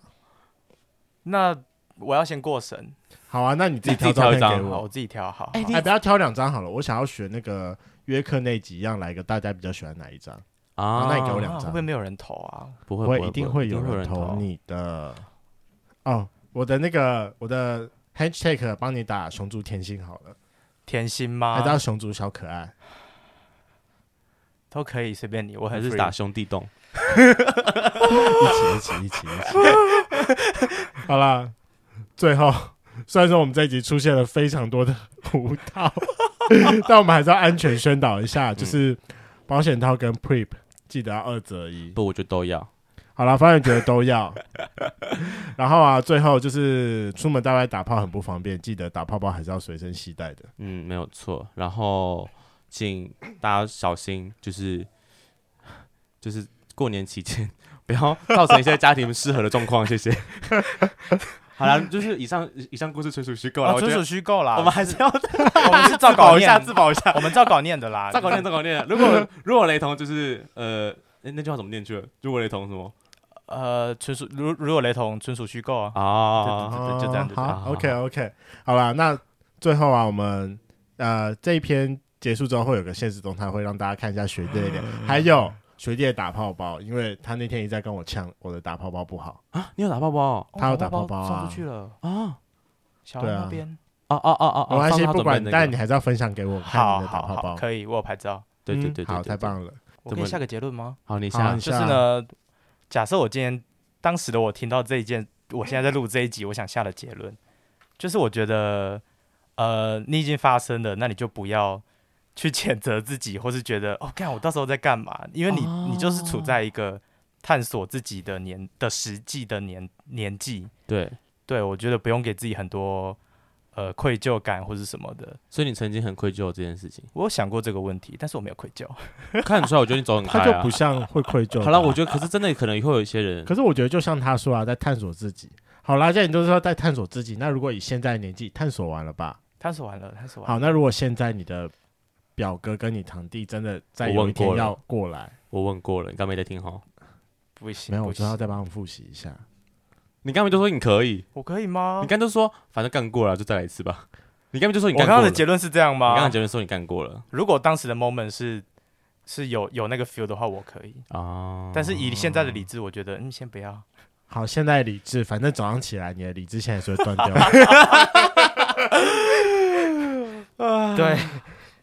Speaker 3: 那我要先过审，
Speaker 2: 好啊，那你自己
Speaker 1: 你自己
Speaker 2: 挑
Speaker 1: 挑一
Speaker 2: 照片给
Speaker 1: 张
Speaker 3: 好，
Speaker 2: 我
Speaker 3: 我。自己挑好。
Speaker 1: 哎
Speaker 3: 好
Speaker 1: 你
Speaker 2: 哎，不要挑两张好了，我想要选那个约克那集一样，来一个大家比较喜欢哪一张？
Speaker 1: 啊
Speaker 2: 好那你给我两
Speaker 3: 啊
Speaker 2: 张
Speaker 3: 会不会没有人投啊？
Speaker 1: 不
Speaker 2: 不
Speaker 1: 会
Speaker 2: 会，
Speaker 1: 不
Speaker 2: 一定
Speaker 1: 不
Speaker 2: 会
Speaker 1: 一
Speaker 2: 有
Speaker 1: 定
Speaker 2: 人
Speaker 1: 人
Speaker 2: 投
Speaker 1: 投。
Speaker 2: 你的。哦，我的那个我的 hashtag 帮你打熊猪甜心好了，
Speaker 3: 甜心
Speaker 2: 还
Speaker 3: 吗？
Speaker 2: 叫熊猪小可爱。
Speaker 3: 都可以，随便你，我
Speaker 1: 还
Speaker 3: 很
Speaker 1: 是
Speaker 3: free
Speaker 1: 打兄弟洞？
Speaker 2: 一起一起一起一起。 好啦，最后虽然说我们这一集出现了非常多的胡套，但我们还是要安全宣导一下，就是保险套跟 prep 记得要二择一。
Speaker 1: 不，我就都要。
Speaker 2: 好啦，反正觉得都要。 然后啊，最后就是出门在外打炮很不方便，记得打泡泡还是要随身携带的。
Speaker 1: 嗯，没有错。然后请大家小心，就是 就是过年期间不要造成一些家庭不适合的状况，谢谢。 好了，就是以上以上故事纯属虚构了，
Speaker 3: 啊，
Speaker 1: 我觉
Speaker 3: 纯
Speaker 1: 得
Speaker 3: 属虚构啦。
Speaker 1: 我们还是要
Speaker 3: 我们是照
Speaker 1: 自
Speaker 3: 稿
Speaker 1: 保一下，
Speaker 3: 念，
Speaker 1: 自保一下，
Speaker 3: 我们照稿念的啦。
Speaker 1: 照稿念，照稿念。如果如果雷同，就是呃。那那句话怎么念去了？如果雷同什么
Speaker 3: 呃，纯属如如有雷同，纯属虚构啊。
Speaker 1: 啊？
Speaker 3: 对就这样就这样
Speaker 2: 哦好，OK OK，好啦，那最后啊，我们呃这一篇结束之后会有个现实动态，会让大家看一下学弟的脸，
Speaker 1: 嗯
Speaker 2: 还有学弟的打泡包，因为他那天一直在跟我呛我的打泡包不好。
Speaker 1: 啊你有打泡泡哦
Speaker 3: 哦
Speaker 2: 他要打包包啊
Speaker 3: 送出去了，
Speaker 1: 啊？
Speaker 3: 小
Speaker 2: 对
Speaker 3: 安
Speaker 2: 啊
Speaker 3: 那边。
Speaker 1: 哦哦哦哦，
Speaker 2: 没关系，
Speaker 1: 放他
Speaker 2: 不
Speaker 1: 准备
Speaker 2: 管
Speaker 1: 那，个
Speaker 2: 但你还是要分享给我看
Speaker 3: 好
Speaker 2: 你的打
Speaker 3: 好
Speaker 2: 泡
Speaker 3: 好，
Speaker 2: 包。嗯
Speaker 3: 可以，我有拍照。
Speaker 1: 对对对对，
Speaker 2: 好，
Speaker 1: 对
Speaker 2: 太！棒了。
Speaker 3: 我可
Speaker 1: 怎
Speaker 3: 以
Speaker 1: 么
Speaker 3: 下个结论吗？
Speaker 1: 好，你
Speaker 2: 好
Speaker 1: 下
Speaker 2: 你
Speaker 3: 就
Speaker 2: 下
Speaker 3: 是呢，假设我今天当时的我听到这一件，我现在在录这一集，我想下的结论就是，我觉得，呃，你已经发生了，那你就不要去谴责自己，或是觉得，哦，看我到时候在干嘛？因为你、
Speaker 2: 哦
Speaker 3: 你就是处在一个探索自己的年的实际的年年纪，
Speaker 1: 对，
Speaker 3: 对我觉得不用给自己很多呃愧疚感或是什么的。
Speaker 1: 所以你曾经很愧疚这件事情，
Speaker 3: 我有想过这个问题，但是我没有愧疚。
Speaker 1: 看得出来，我觉得你走很开、
Speaker 2: 他
Speaker 1: 啊。
Speaker 2: 就不像会愧疚。
Speaker 1: 好了，我觉得可是真的可能会有一些人，
Speaker 2: 可是我觉得就像他说啊，在探索自己。好啦，既然你都说在探索自己，那如果以现在的年纪，探索完了吧？
Speaker 3: 探索完了，探索完了。
Speaker 2: 好，那如果现在你的表哥跟你堂弟真的在
Speaker 1: 我
Speaker 2: 有一
Speaker 1: 问过
Speaker 2: 天
Speaker 1: 了
Speaker 2: 要过来，
Speaker 1: 我问过了，你刚没在听哈？
Speaker 3: 不行，
Speaker 2: 没有，我
Speaker 3: 不
Speaker 2: 知道
Speaker 3: 行，
Speaker 2: 再帮我们复习一下。
Speaker 1: 你刚没就说你可以，
Speaker 3: 我可以吗？
Speaker 4: 啊
Speaker 1: 你刚就说反正干过了就再来一次吧。你刚没就说你
Speaker 3: 我
Speaker 1: 干
Speaker 3: 刚
Speaker 1: 过
Speaker 3: 刚
Speaker 1: 了，
Speaker 3: 的结论是这样
Speaker 1: 你
Speaker 3: 吗？
Speaker 1: 刚刚结论说你干过了
Speaker 3: 如果当时的 moment 是是有有那个 feel 的话，我可以。
Speaker 1: 啊，
Speaker 3: 但是以现在的理智，我觉得嗯，先不要。
Speaker 2: 好，现在理智，反正早上起来你的理智现在是会断 掉。
Speaker 3: 对，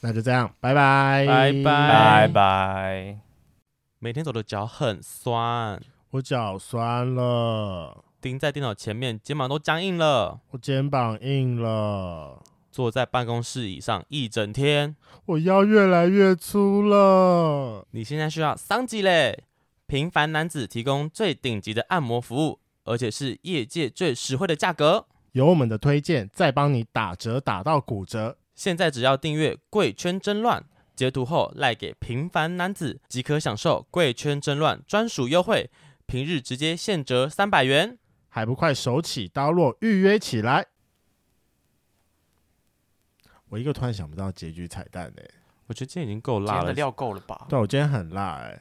Speaker 2: 那就这样，拜拜，
Speaker 1: 拜拜
Speaker 3: 拜拜。
Speaker 1: 每天走的脚很酸，
Speaker 2: 我脚酸了，
Speaker 1: 盯在电脑前面，肩膀都僵硬了。
Speaker 2: 我肩膀硬了，
Speaker 1: 坐在办公室椅上一整天，
Speaker 2: 我腰越来越粗了。
Speaker 1: 你现在需要桑吉嘞！平凡男子提供最顶级的按摩服务，而且是业界最实惠的价格。
Speaker 2: 有我们的推荐，再帮你打折打到骨折。
Speaker 1: 现在只要订阅“贵圈争乱”，截图后赖给平凡男子，即可享受贵圈争乱专属优惠，平日直接现折三百元。
Speaker 2: 还不快手起刀落预约起来！我一个突然想不到结局彩蛋哎、啊
Speaker 1: 我觉得今天已经够
Speaker 3: 今
Speaker 1: 辣
Speaker 3: 天的
Speaker 1: 了，
Speaker 3: 料够了吧？
Speaker 2: 对我今天很辣哎、